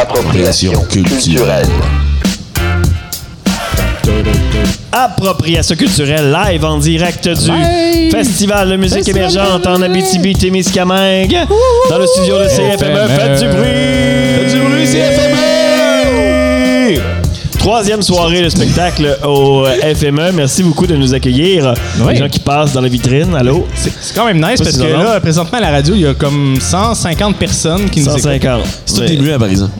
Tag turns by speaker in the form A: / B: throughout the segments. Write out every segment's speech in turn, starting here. A: Appropriation culturelle.
B: Appropriation culturelle live en direct du
C: Live!
B: Festival de musique
C: Festival
B: émergente
C: de
B: en
C: musique!
B: Abitibi-Témiscamingue dans le studio de CFME.
C: FME.
B: Faites du bruit!
C: Faites du bruit,
B: CFME! Troisième soirée de spectacle au euh, FME. Merci beaucoup de nous accueillir.
C: Oui.
B: Les gens qui passent dans la vitrine, allô?
C: C'est c'est quand même nice
B: Pas
C: parce
B: si
C: que
B: énorme.
C: là, présentement à la radio, il y a comme 150 personnes qui nous écoutent.
B: 150.
A: C'est tout
B: Ouais.
A: des muets, par exemple.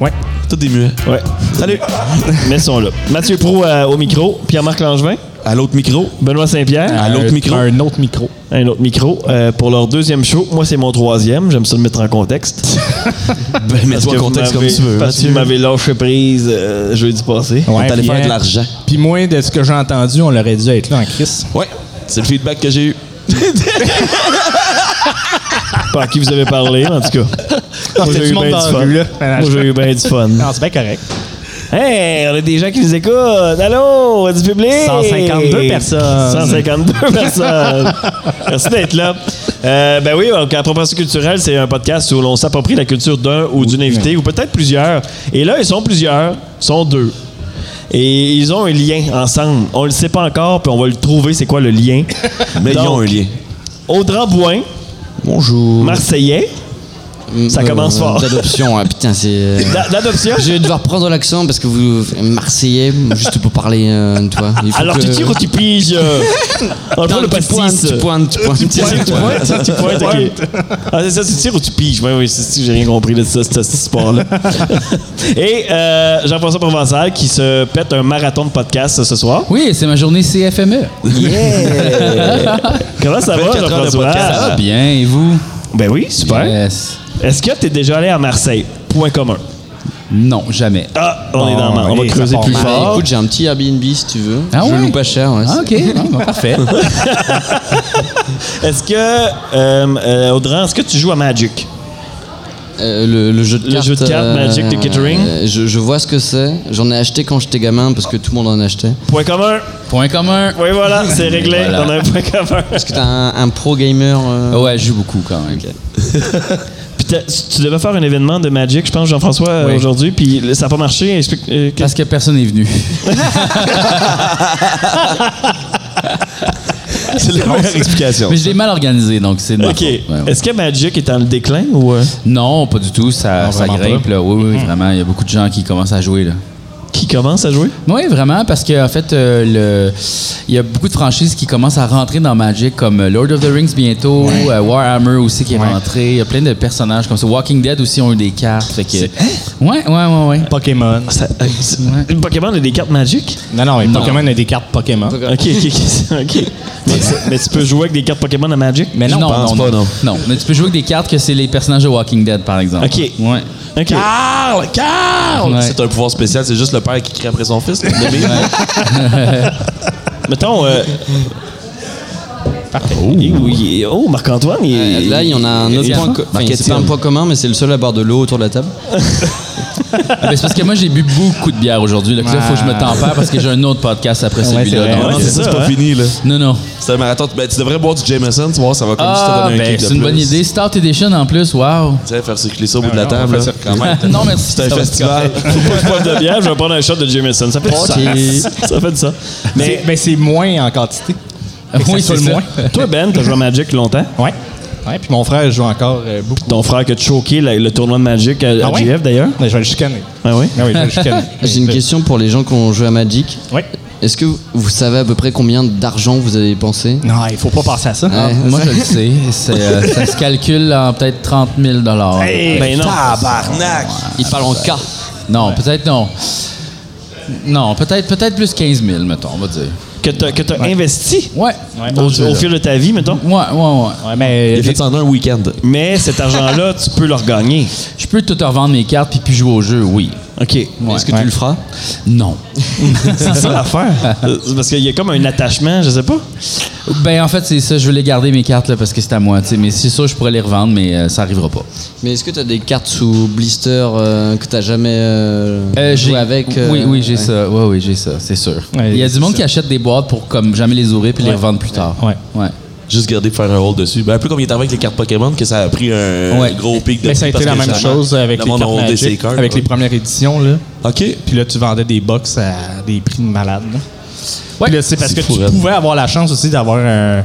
C: Ouais.
A: Tout des muets.
B: Ouais.
A: Salut!
B: Mais ils sont là. Mathieu Prou euh, au micro, Pierre-Marc Langevin,
A: À l'autre micro.
B: Benoît Saint-Pierre.
A: À l'autre
C: Un-
A: micro.
C: Euh, Un autre micro.
B: un autre micro euh, pour leur deuxième show. Moi, c'est mon troisième. J'aime ça le mettre en contexte.
A: Ben, mets-toi en
B: vous
A: contexte comme
B: m'avez-
A: tu veux.
B: Parce que
A: Mathieu.
B: vous m'avez lâché prise euh, jeudi passé.
C: Ouais,
A: On t'allait
C: puis,
A: faire
C: hein,
A: de l'argent.
C: Puis moins de ce que j'ai entendu, on l'aurait dû être là en crise.
A: Ouais. C'est le feedback que j'ai eu.
B: Pas à qui vous avez parlé, en tout cas. Moi, j'ai
C: c'était
B: eu
C: Ah, du monde
B: bien
C: dans
B: du
C: la
B: fun.
C: rue, là. Ben, Ah.
B: Moi, j'ai eu bien du fun.
C: Non, c'est bien correct.
B: Hey, on a des gens qui nous écoutent. Allô, du public.
C: 152 personnes.
B: 152 personnes. Merci d'être là. Euh, ben oui, donc, Appropriation culturelle, c'est un podcast où l'on s'approprie la culture d'un ou d'une invitée, ou peut-être plusieurs. Et là, ils sont plusieurs, ils sont deux. Et ils ont un lien ensemble. On le sait pas encore, puis on va le trouver, c'est quoi le lien.
A: Mais ils
B: Donc,
A: ont un lien.
B: Audran Bouin,
D: Bonjour.
B: Marseillais, ça commence fort.
D: D'adoption, ah, putain, c'est. euh,
B: d'a- d'adoption.
D: Je vais devoir prendre l'accent parce que vous. Marseillais, juste pour parler euh, de toi. Il faut
B: Alors
D: que-
B: tu tires ou tu piges euh, Dans le fond,
D: Non,
B: le
D: tu pointes,
B: pastis.
D: tu pointes, tu pointes.
B: Tu pointes, tu pointes, ça, tu pointes, ok. Ah, c'est ça, tu tires ou tu piges. Oui, oui, c'est ça, j'ai rien compris de ça, ce ce sport-là. Et euh, Jean-François Provençal qui se pète un marathon de podcast ce soir.
E: Oui, c'est ma journée CFME.
B: Comment ça
A: 24
B: va,
A: heures de
B: Jean-François?
A: podcast.
E: Ah, bien, et vous?
B: Ben oui, super.
C: Euh,
E: Yes.
B: Est-ce que t'es déjà allé à Marseille? Point commun.
E: Non, jamais.
B: Ah, on est dans
C: Bon,
B: le- On va
C: oui,
B: creuser
C: ça part
B: plus
D: Bah,
B: fort.
D: écoute, j'ai un petit Airbnb si tu veux.
E: Ah
D: je
E: ouais?
D: loue pas cher. Ouais,
E: Ah,
D: c'est-
E: ok. Ah, bah, parfait.
B: Est-ce que, euh, euh, Audran, est-ce que tu joues à Magic?
D: Euh, le, jeu de
B: Le
D: cartes.
B: jeu de cartes Magic the Gathering.
D: euh, je, je vois ce que c'est. J'en ai acheté quand j'étais gamin parce que tout le monde en achetait.
B: Point commun.
E: Point commun.
B: Oui, voilà, c'est réglé.
E: Voilà.
B: On a un point commun.
D: Est-ce que t'as un, un pro gamer euh,
E: Ouais, je joue beaucoup quand même.
B: Puis t'as- tu devais faire un événement de Magic, je pense, Jean-François, euh,
E: Oui.
B: aujourd'hui, puis ça n'a pas marché. Explique. euh, que-
E: Parce que personne n'est venu.
A: C'est la meilleure explication.
E: Mais je l'ai mal organisé, donc c'est de ma
B: OK.
E: faute. Ouais, ouais.
B: Est-ce que Magic est dans le déclin ou. euh,
E: Non, pas du tout. Ça, ça
C: vraiment
E: grimpe, là. Oui, oui, vraiment. Il y a beaucoup de gens qui commencent à jouer, là.
B: qui commence à jouer?
E: Oui, vraiment, parce qu'en fait, euh, le- il y a beaucoup de franchises qui commencent à rentrer dans Magic, comme euh, Lord of the Rings bientôt, euh, Warhammer aussi qui est rentré. Il y a plein de personnages comme ça. Walking Dead aussi ont eu des cartes. Fait que, ouais, ouais, ouais, ouais.
C: Pokémon.
B: Une Pokémon a des cartes Magic?
C: Non, non, mais Pokémon a des cartes Pokémon.
B: OK, OK, OK. ok. Mais, c'est- mais tu peux jouer avec des cartes Pokémon à Magic?
C: Mais non,
E: non,
A: pense pas, non.
E: non. mais tu peux jouer avec des cartes que c'est les personnages de Walking Dead, par exemple.
B: OK.
E: Ouais.
B: OK.
A: Ah! Carl! Carl!
E: Ouais.
A: C'est un pouvoir spécial, c'est juste le père qui crie après son fils. le bébé.
B: Mettons. euh, Oh, oui, oh, Marc-Antoine, il
D: Euh, Là, il y en a un autre
E: Et-
D: point. co- Enfin, c'est pas un
A: Marketing.
D: point commun, mais c'est le seul à boire de l'eau autour de la table.
E: Ben, c'est parce que moi, j'ai bu beaucoup de bière aujourd'hui. Donc là, il faut que je me tempère parce que j'ai un autre podcast après
C: c'est
E: celui-là.
C: vrai.
A: Ah
E: donc,
A: non, Ah. c'est
E: euh,
A: ça, c'est
B: ça,
A: pas
B: hein?
A: fini, là.
E: non, non.
A: C'est un marathon. Ben, tu devrais boire du Jameson, tu vois, ça va comme juste te
E: Ah,
A: donner un
E: ben,
A: kick de
E: c'est une
A: plus.
E: bonne idée. Start Edition en plus, wow.
A: Tu sais, faire circuler ça au bout de la
C: non, on
A: table,
C: fait
A: là.
C: ça.
A: Quand même.
E: non, merci.
A: C'est un
E: ça va.
A: festival.
B: Pas de poivre de bière, je vais prendre un shot de Jameson. Ça fait du ça. Ça fait du ça.
C: Mais
B: Mais
C: ben, c'est moins en quantité. Fait que
E: Oui,
C: ça colle
E: c'est ça.
C: moins.
B: toi, Ben, t'as joué à Magic longtemps?
C: Ouais. Ouais, puis mon frère joue encore euh, beaucoup.
B: Ton frère qui a choqué la- le tournoi de Magic à, à
C: Ah ouais?
B: GF, d'ailleurs?
C: Mais je vais le chicaner.
B: Ah oui?
C: Ah oui, je vais le chicaner.
D: J'ai une
C: Je-
D: question pour les gens qui ont joué à Magic.
C: Ouais.
D: Est-ce que vous savez à peu près combien d'argent vous avez dépensé
C: Non, il faut pas passer à ça.
D: Ah,
E: Ah, Moi, je le sais. C'est, euh, ça se calcule en peut-être 30 000
B: Ben non.
A: Tabarnak!
B: Bah,
D: Il parle en cas.
E: Non, peut-être non. Non, peut-être peut-être plus 15 000, mettons, on va dire.
B: Que t'as que t'as investi
E: Ouais.
C: Ouais,
B: au,
C: dans le jeu,
B: au
C: là.
B: fil de ta vie, mettons.
E: Ouais, ouais, ouais.
C: Ouais, mais
A: Il a fait ça en un week-end.
B: Mais cet argent-là, tu peux le regagner.
E: Je peux tout revendre mes cartes puis puis jouer au jeu, oui.
B: OK.
D: Est-ce que tu le feras
E: Non.
B: C'est ça l'affaire.
C: Ah.
B: Euh, C'est Parce qu'il y a comme un attachement, je sais pas.
E: Ben en fait, c'est ça, je voulais garder mes cartes là parce que c'est à moi, tu sais, mais c'est sûr je pourrais les revendre mais euh, ça arrivera pas.
D: Mais est-ce que t'as des cartes sous blister euh, que t'as jamais euh,
E: Euh,
D: joué
E: j'ai-
D: avec euh,
E: oui, oui, j'ai
D: ouais.
E: ça. Oui, oui, j'ai ça, c'est sûr.
C: Ouais,
E: Il y a
C: c'est
E: du monde
C: ça.
E: qui achète des boîtes pour comme jamais les ouvrir puis les revendre plus tard.
C: Ouais.
E: Ouais.
A: juste garder pour faire un hold dessus. Ben, un peu comme il est arrivé avec les cartes Pokémon, que ça a pris un
E: Ouais.
A: gros pic de
C: Mais Ben, ça a
A: prix
C: été la
A: parce que
C: même
A: justement,
C: chose avec
A: le
C: les
A: monde a
C: cartes
A: holdé ses
C: Magic,
A: cartes,
C: avec
A: ouais.
C: les premières éditions. Là.
A: OK.
C: Puis là, tu vendais des box à des prix de malade. là.
E: Ouais.
C: Puis là, c'est parce
A: C'est
C: que
A: fou, hein.
C: tu
A: raide.
C: pouvais avoir la chance aussi d'avoir un.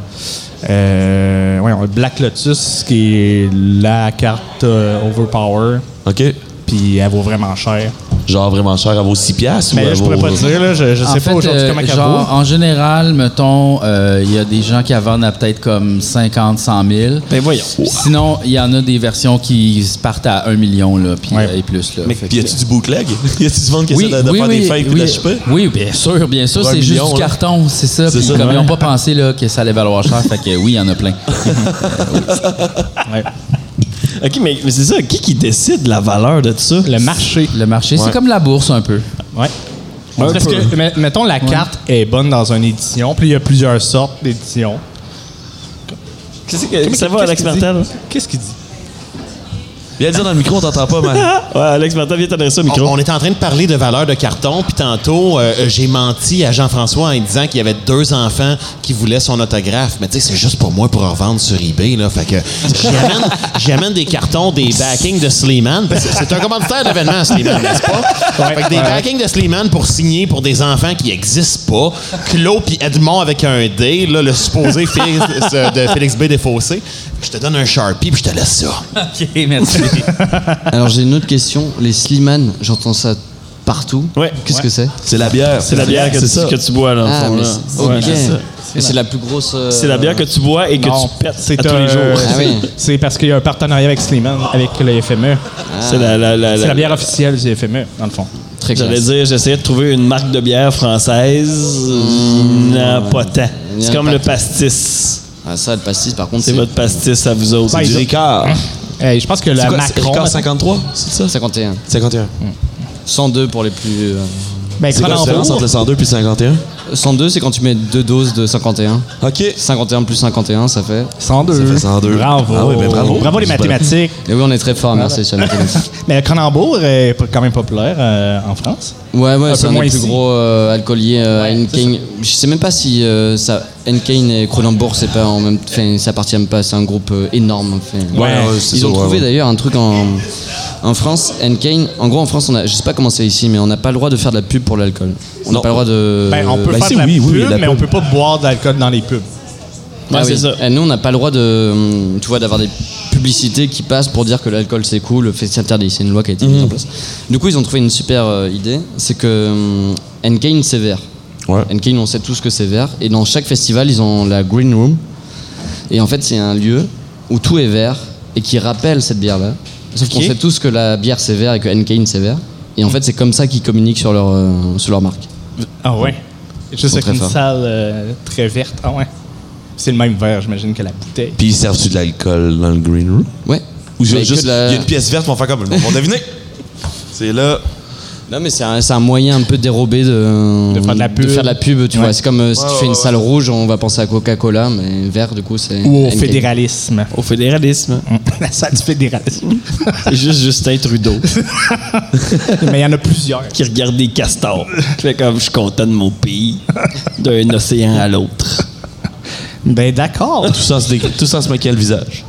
C: euh, voyons, le Black Lotus, qui est la carte euh, Overpower.
A: OK.
C: Puis elle vaut vraiment cher.
A: Genre vraiment cher, à vos 6 piastres
C: Mais
A: ou
C: là,
A: à
C: je
A: vos...
C: pourrais pas te dire, là, je, je
E: En
C: sais
E: fait,
C: pas aujourd'hui
E: euh,
C: comment elle
E: genre,
C: vaut.
E: En général, mettons, euh, il y a des gens qui la vendent à peut-être comme 50, 100 000.
C: Ben voyons.
E: Puis Sinon, il y en a des versions qui se partent à 1 million là, puis,
C: Ouais.
E: euh, et plus. Là.
A: Mais
E: Fait que-
A: y a-tu du bootleg? y a-tu du monde qui essaie de, de faire des fakes puis d'acheter?
E: oui, bien sûr, bien sûr,
A: Pour un
E: c'est juste
A: million,
E: du
A: là.
E: carton, c'est ça.
A: C'est
E: Puis
A: ça,
E: comme
A: ouais.
E: ils n'ont pas pensé là, que ça allait valoir cher, fait que oui, il y en a plein.
C: Ouais.
B: OK, mais, mais c'est ça. Qui qui décide la valeur de ça?
C: Le marché.
E: Le marché, c'est comme la bourse un peu.
C: Ouais. Parce que, me- mettons, la carte est bonne dans une édition, puis il y a plusieurs sortes d'éditions.
B: Qu'est-ce que- ça va,
C: qu'est-ce
B: Alex
C: qu'il
B: Martel?
C: Qu'est-ce qu'il dit?
A: Viens dire dans le micro, on t'entend pas, man.
B: Ouais, Ah, Alex Martel, viens t'adresser au
F: On,
B: micro.
F: on est en train de parler de valeur de carton, puis tantôt, euh, j'ai menti à Jean-François en lui disant qu'il y avait deux enfants qui voulaient son autographe. Mais tu sais, c'est juste pour moi pour en revendre sur eBay, là. Fait que j'y amène, j'y amène des cartons des backings de Sleeman. parce que C'est un commanditaire d'événement, Sleeman, n'est-ce pas? Fait que des backings de Sleeman pour signer pour des enfants qui n'existent pas. Claude puis Edmond avec un D, là, le supposé fils euh, de Félix B. Desfossés. Je te donne un Sharpie, puis je te laisse ça.
E: OK, merci.
D: Alors j'ai une autre question. Les Slimane, j'entends ça partout.
B: Ouais.
D: Qu'est-ce que c'est
A: C'est la bière.
B: C'est la bière que,
A: C'est ça.
B: tu, que tu bois, là, en
D: Ah,
B: fond,
D: mais
B: là.
D: c'est-
B: Ouais,
D: ok.
B: c'est ça.
D: Mais c'est la plus grosse. euh,
B: C'est la bière que tu bois et que
C: Non,
B: tu pètes
C: c'est
B: à tous
C: un-
B: les jours.
D: Ah oui.
C: C'est parce qu'il y a un partenariat avec Sleeman, avec le FME.
A: Ah,
B: C'est la, la, la,
C: C'est
B: la-
C: la bière officielle du FME, dans le fond.
D: Très
B: J'allais
D: classe.
B: dire, j'essayais de trouver une marque de bière française. non, Mm. pas tant.
D: Il y en
B: C'est
D: a
B: comme
D: pas
B: le
D: tant.
B: pastis.
D: Ah, ça, le pastis, par contre,
B: C'est
D: c'est
B: votre pastis à vous autres.
C: Ben,
A: Du
C: ils ont-
A: Ricard.
C: Eh, je pense
A: C'est
C: que la
A: quoi, c'est
C: Macron.
A: Ricard 53, c'est ça?
D: 51.
A: 51.
D: 102 pour les plus. euh,
C: Ben,
A: C'est quoi la différence entre le 102
C: Cronenbourg,
A: puis le 51?
D: 102, c'est quand tu mets deux doses de 51.
A: OK.
D: 51 plus 51, ça fait.
C: 102.
A: Ça fait 102.
C: Bravo.
A: Ah oui, ben bravo.
C: les mathématiques.
D: Et oui, on est très fort, merci, sur la mathématique.
C: Mais Cronenbourg est pas- quand même populaire euh, en France.
D: Ouais, ouais,
C: Un
D: c'est
C: peu
D: un des
C: moins
D: plus
C: ici.
D: gros euh, alcooliers. euh, Heineken. Je sais même pas si euh, ça, Heineken et Cronenbourg, c'est pas en même, enfin, ça appartient pas. C'est un groupe euh, énorme. enfin.
A: ouais, c'est
D: Ils
A: ça,
D: ont
A: ouais,
D: trouvé
A: ouais.
D: d'ailleurs un truc en, en France. Heineken, en gros, en France, on a, je sais pas comment c'est ici, mais on n'a pas le droit de faire de la pub pour l'alcool. On n'a
A: Non.
D: pas le droit de. Bah,
C: Ben, on
A: ben,
C: peut faire
A: si,
C: de la
A: oui,
C: pub,
A: oui, la
C: mais
A: pub.
C: on peut pas boire d'alcool dans les pubs.
D: Ah
B: Ouais,
D: oui.
B: c'est ça.
D: Et nous, on n'a pas le droit de, hum, tu vois, d'avoir des publicités qui passent pour dire que l'alcool c'est cool, fait- c'est interdit. C'est une loi qui a été
A: Mhm.
D: mise en place. Du coup, ils ont trouvé une super euh, idée, c'est que hum, Heineken c'est vert.
A: Ouais.
D: Heineken, on sait tous que c'est vert. Et dans chaque festival, ils ont la green room. Et en fait, c'est un lieu où tout est vert et qui rappelle cette bière-là. Sauf qu'on
B: Ok.
D: sait tous que la bière c'est vert et que Heineken c'est vert. Et
A: Mm.
D: en fait, c'est comme ça qu'ils communiquent sur leur, euh, sur leur marque.
C: Ah ouais. Juste
D: sont
C: avec
D: très
C: une
D: forts.
C: salle euh, très verte. Ah ouais. C'est le même verre, j'imagine, que la bouteille.
A: Puis ils servent-tu de l'alcool dans le green room?
D: Ouais.
A: Ou
D: Mais que
A: juste, il
D: de Ben, la-
A: y a une pièce verte, on va faire comme, on va deviner. C'est là.
D: Non, mais c'est un, c'est un moyen un peu dérobé de,
C: De faire de la pub.
D: pub, tu
C: Ouais.
D: vois. C'est comme euh, si
A: Ouais,
D: tu
A: ouais,
D: fais une
A: ouais.
D: salle rouge, on va penser à Coca-Cola, mais vert, du coup, c'est.
C: Ou au
D: Heineken.
C: fédéralisme.
B: Au fédéralisme.
C: la salle du fédéralisme.
B: C'est juste Justin Trudeau
C: mais il y en a plusieurs.
B: qui regarde des castors. Fait comme je suis content de mon pays, d'un océan à l'autre.
C: Ben d'accord.
A: Tout ça, se dé- tout ça se maquille le visage.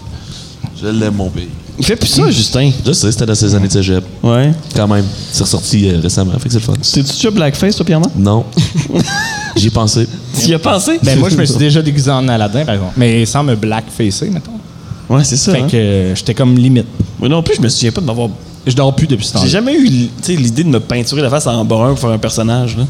A: Je l'aime, mon pays.
B: Il fait plus ça, Justin.
A: Je sais, c'était dans ses années de cégep.
B: Mm. Ouais.
A: Quand même. C'est ressorti euh, récemment, fait que c'est le fun.
B: T'es-tu sur Blackface, toi, Pierre-Marc?
A: Non. J'y ai pensé.
B: Tu y as pensé?
C: Ben moi, je me suis déjà déguisé en Aladdin, par exemple. Mais sans me blackfacer, mettons.
B: Ouais, c'est ça.
C: Fait
B: hein.
C: que euh, j'étais comme limite.
B: Moi non plus, je me souviens pas de m'avoir.
C: Je dors plus depuis ce temps-là.
B: J'ai jamais eu tu sais, l'idée de me peinturer la face en brun pour faire un personnage. Là.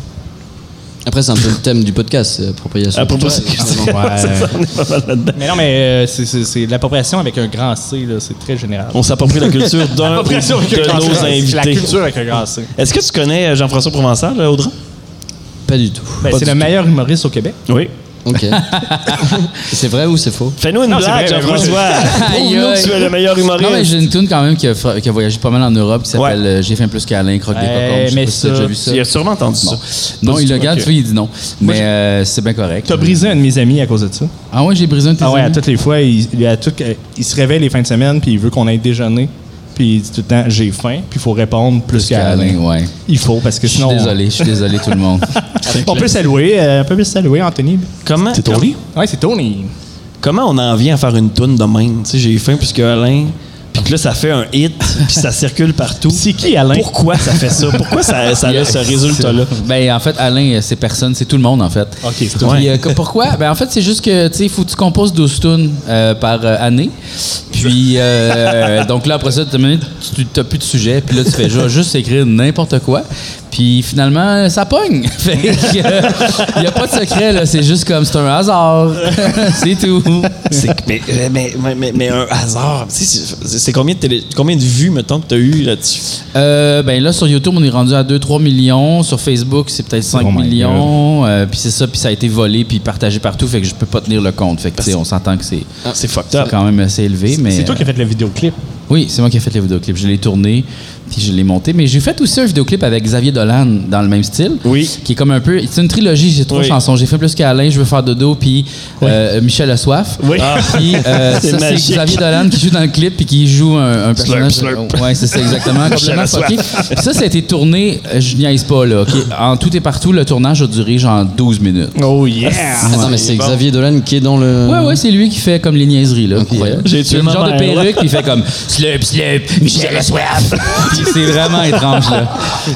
D: Après, c'est un peu le thème du podcast, c'est appropriation.
B: À
C: Ah,
B: propos de ça,
C: Ouais.
B: c'est ça, on est pas mal là-dedans.
C: Mais non, mais euh, c'est- c'est c'est de l'appropriation avec un grand C, là. C'est très général.
B: On s'approprie la culture d'un ou de nos
C: La
B: invités.
C: culture avec un grand C.
B: Est-ce que tu connais euh, Jean-François Provençal, euh, Audran?
D: Pas du tout.
C: Ben,
B: Pas
C: c'est
B: du
C: le
B: tout.
C: meilleur humoriste au Québec.
B: Oui.
D: Ok. c'est vrai ou c'est faux
B: Fais-nous une
C: Non, c'est
B: blague,
C: vrai, mais moi,
B: Jean-François.
E: Aïe,
B: Prouve-nous
E: aïe.
B: que tu es le meilleur humoriste.
E: Non, mais j'ai une tune quand même qui a, fa- qui a voyagé pas mal en Europe qui s'appelle
B: Ouais.
E: euh, J'ai faim plus qu'Alain, croque des
C: Ouais,
E: cocombes. Je sais
C: mais
E: pas si t'as
C: ça-
E: déjà vu ça.
B: Il a sûrement entendu
E: Bon.
B: ça.
E: Non,
B: Pas
E: il
B: du
E: le
B: tout,
E: regarde,
B: ok.
E: tu vois, il dit non. Mais euh, c'est bien correct.
C: T'as brisé un de mes amis à cause de ça.
E: Ah ouais, j'ai brisé un de tes
C: Ah ouais, à
E: amis.
C: toutes les fois, il, il- à tout- il se réveille les fins de semaine, puis il veut qu'on aille déjeuner. Puis il dit tout le temps, j'ai faim, puis il faut répondre plus qu'à
E: Alain,
C: Alain.
E: ouais.
C: Il faut, parce que
E: Je suis
C: sinon.
E: désolé, je suis désolé tout le monde.
C: On peut saluer, euh, on peut saluer Anthony.
B: Comment?
A: C'est ton lit?
C: Ouais, c'est Tony.
B: comment on en vient à faire une toune de même? Tu sais, j'ai faim puisque Alain. Puis que là, ça fait un hit, puis ça circule partout. C'est qui, Alain? Pourquoi ça fait ça? Pourquoi ça, ça a ce résultat-là?
E: Ben, en fait, Alain, euh, c'est personne, c'est tout le monde, en fait. OK, c'est
B: tout. Ouais.
E: Pourquoi? Ben, en fait, c'est juste que, tu sais, il faut que tu composes 12 tunes euh, par euh, année. Puis, euh, donc là, après ça, t'as une minute, tu n'as plus de sujet. Puis là, tu fais ju- juste écrire n'importe quoi. Puis finalement, ça pogne. Fait que, il n'y a pas de secret, là. C'est juste comme, c'est un hasard. c'est tout.
B: C'est que- mais, mais, mais, mais- mais un hasard. Tu sais, c'est c'est combien de, télé- combien de vues, mettons, que tu as eu là-dessus?
E: Euh, ben là, sur YouTube, on est rendu à 2-3 millions. Sur Facebook, c'est peut-être 5
C: Oh my
E: millions. Euh, puis c'est ça, puis ça a été volé, puis partagé partout. Fait que je peux pas tenir le compte. Fait que, tu sais, on s'entend que c'est
C: Ah.
B: C'est fucked
E: c'est
B: up.
E: quand même assez élevé. mais
C: C'est toi qui as fait le vidéoclip.
E: Oui, c'est moi qui ai fait les vidéoclips. Je l'ai tourné, puis je l'ai monté. Mais j'ai fait aussi un vidéoclip avec Xavier Dolan dans le même style.
B: Oui.
E: Qui est comme un peu. C'est une trilogie, j'ai trois
B: Oui.
E: chansons. J'ai fait plus qu'Alain, Je veux faire dodo, puis euh, Michel a soif.
B: Oui. Ah.
E: Puis euh,
B: C'est
E: ça, c'est
B: magique.
E: Xavier Dolan qui joue dans le clip, puis qui joue un, un personnage. euh,
B: slurp.
E: Ouais, c'est ça, exactement.
B: Michel a
E: complètement fucké. Puis ça, ça a été tourné, euh, je niaise pas, là. ok? En tout et partout, le tournage a duré genre 12 minutes.
C: Oh yeah!
D: Attends, mais c'est Xavier Dolan qui est dans le.
E: Ouais, ouais, c'est lui qui fait comme les niaiseries, là. incroyable.
B: J'ai
E: Il
B: tué
E: a
B: ma
E: le genre de
B: mère,
E: perruque, puis il fait comme Slurp, slurp, Michel a soif. Puis c'est vraiment étrange, là.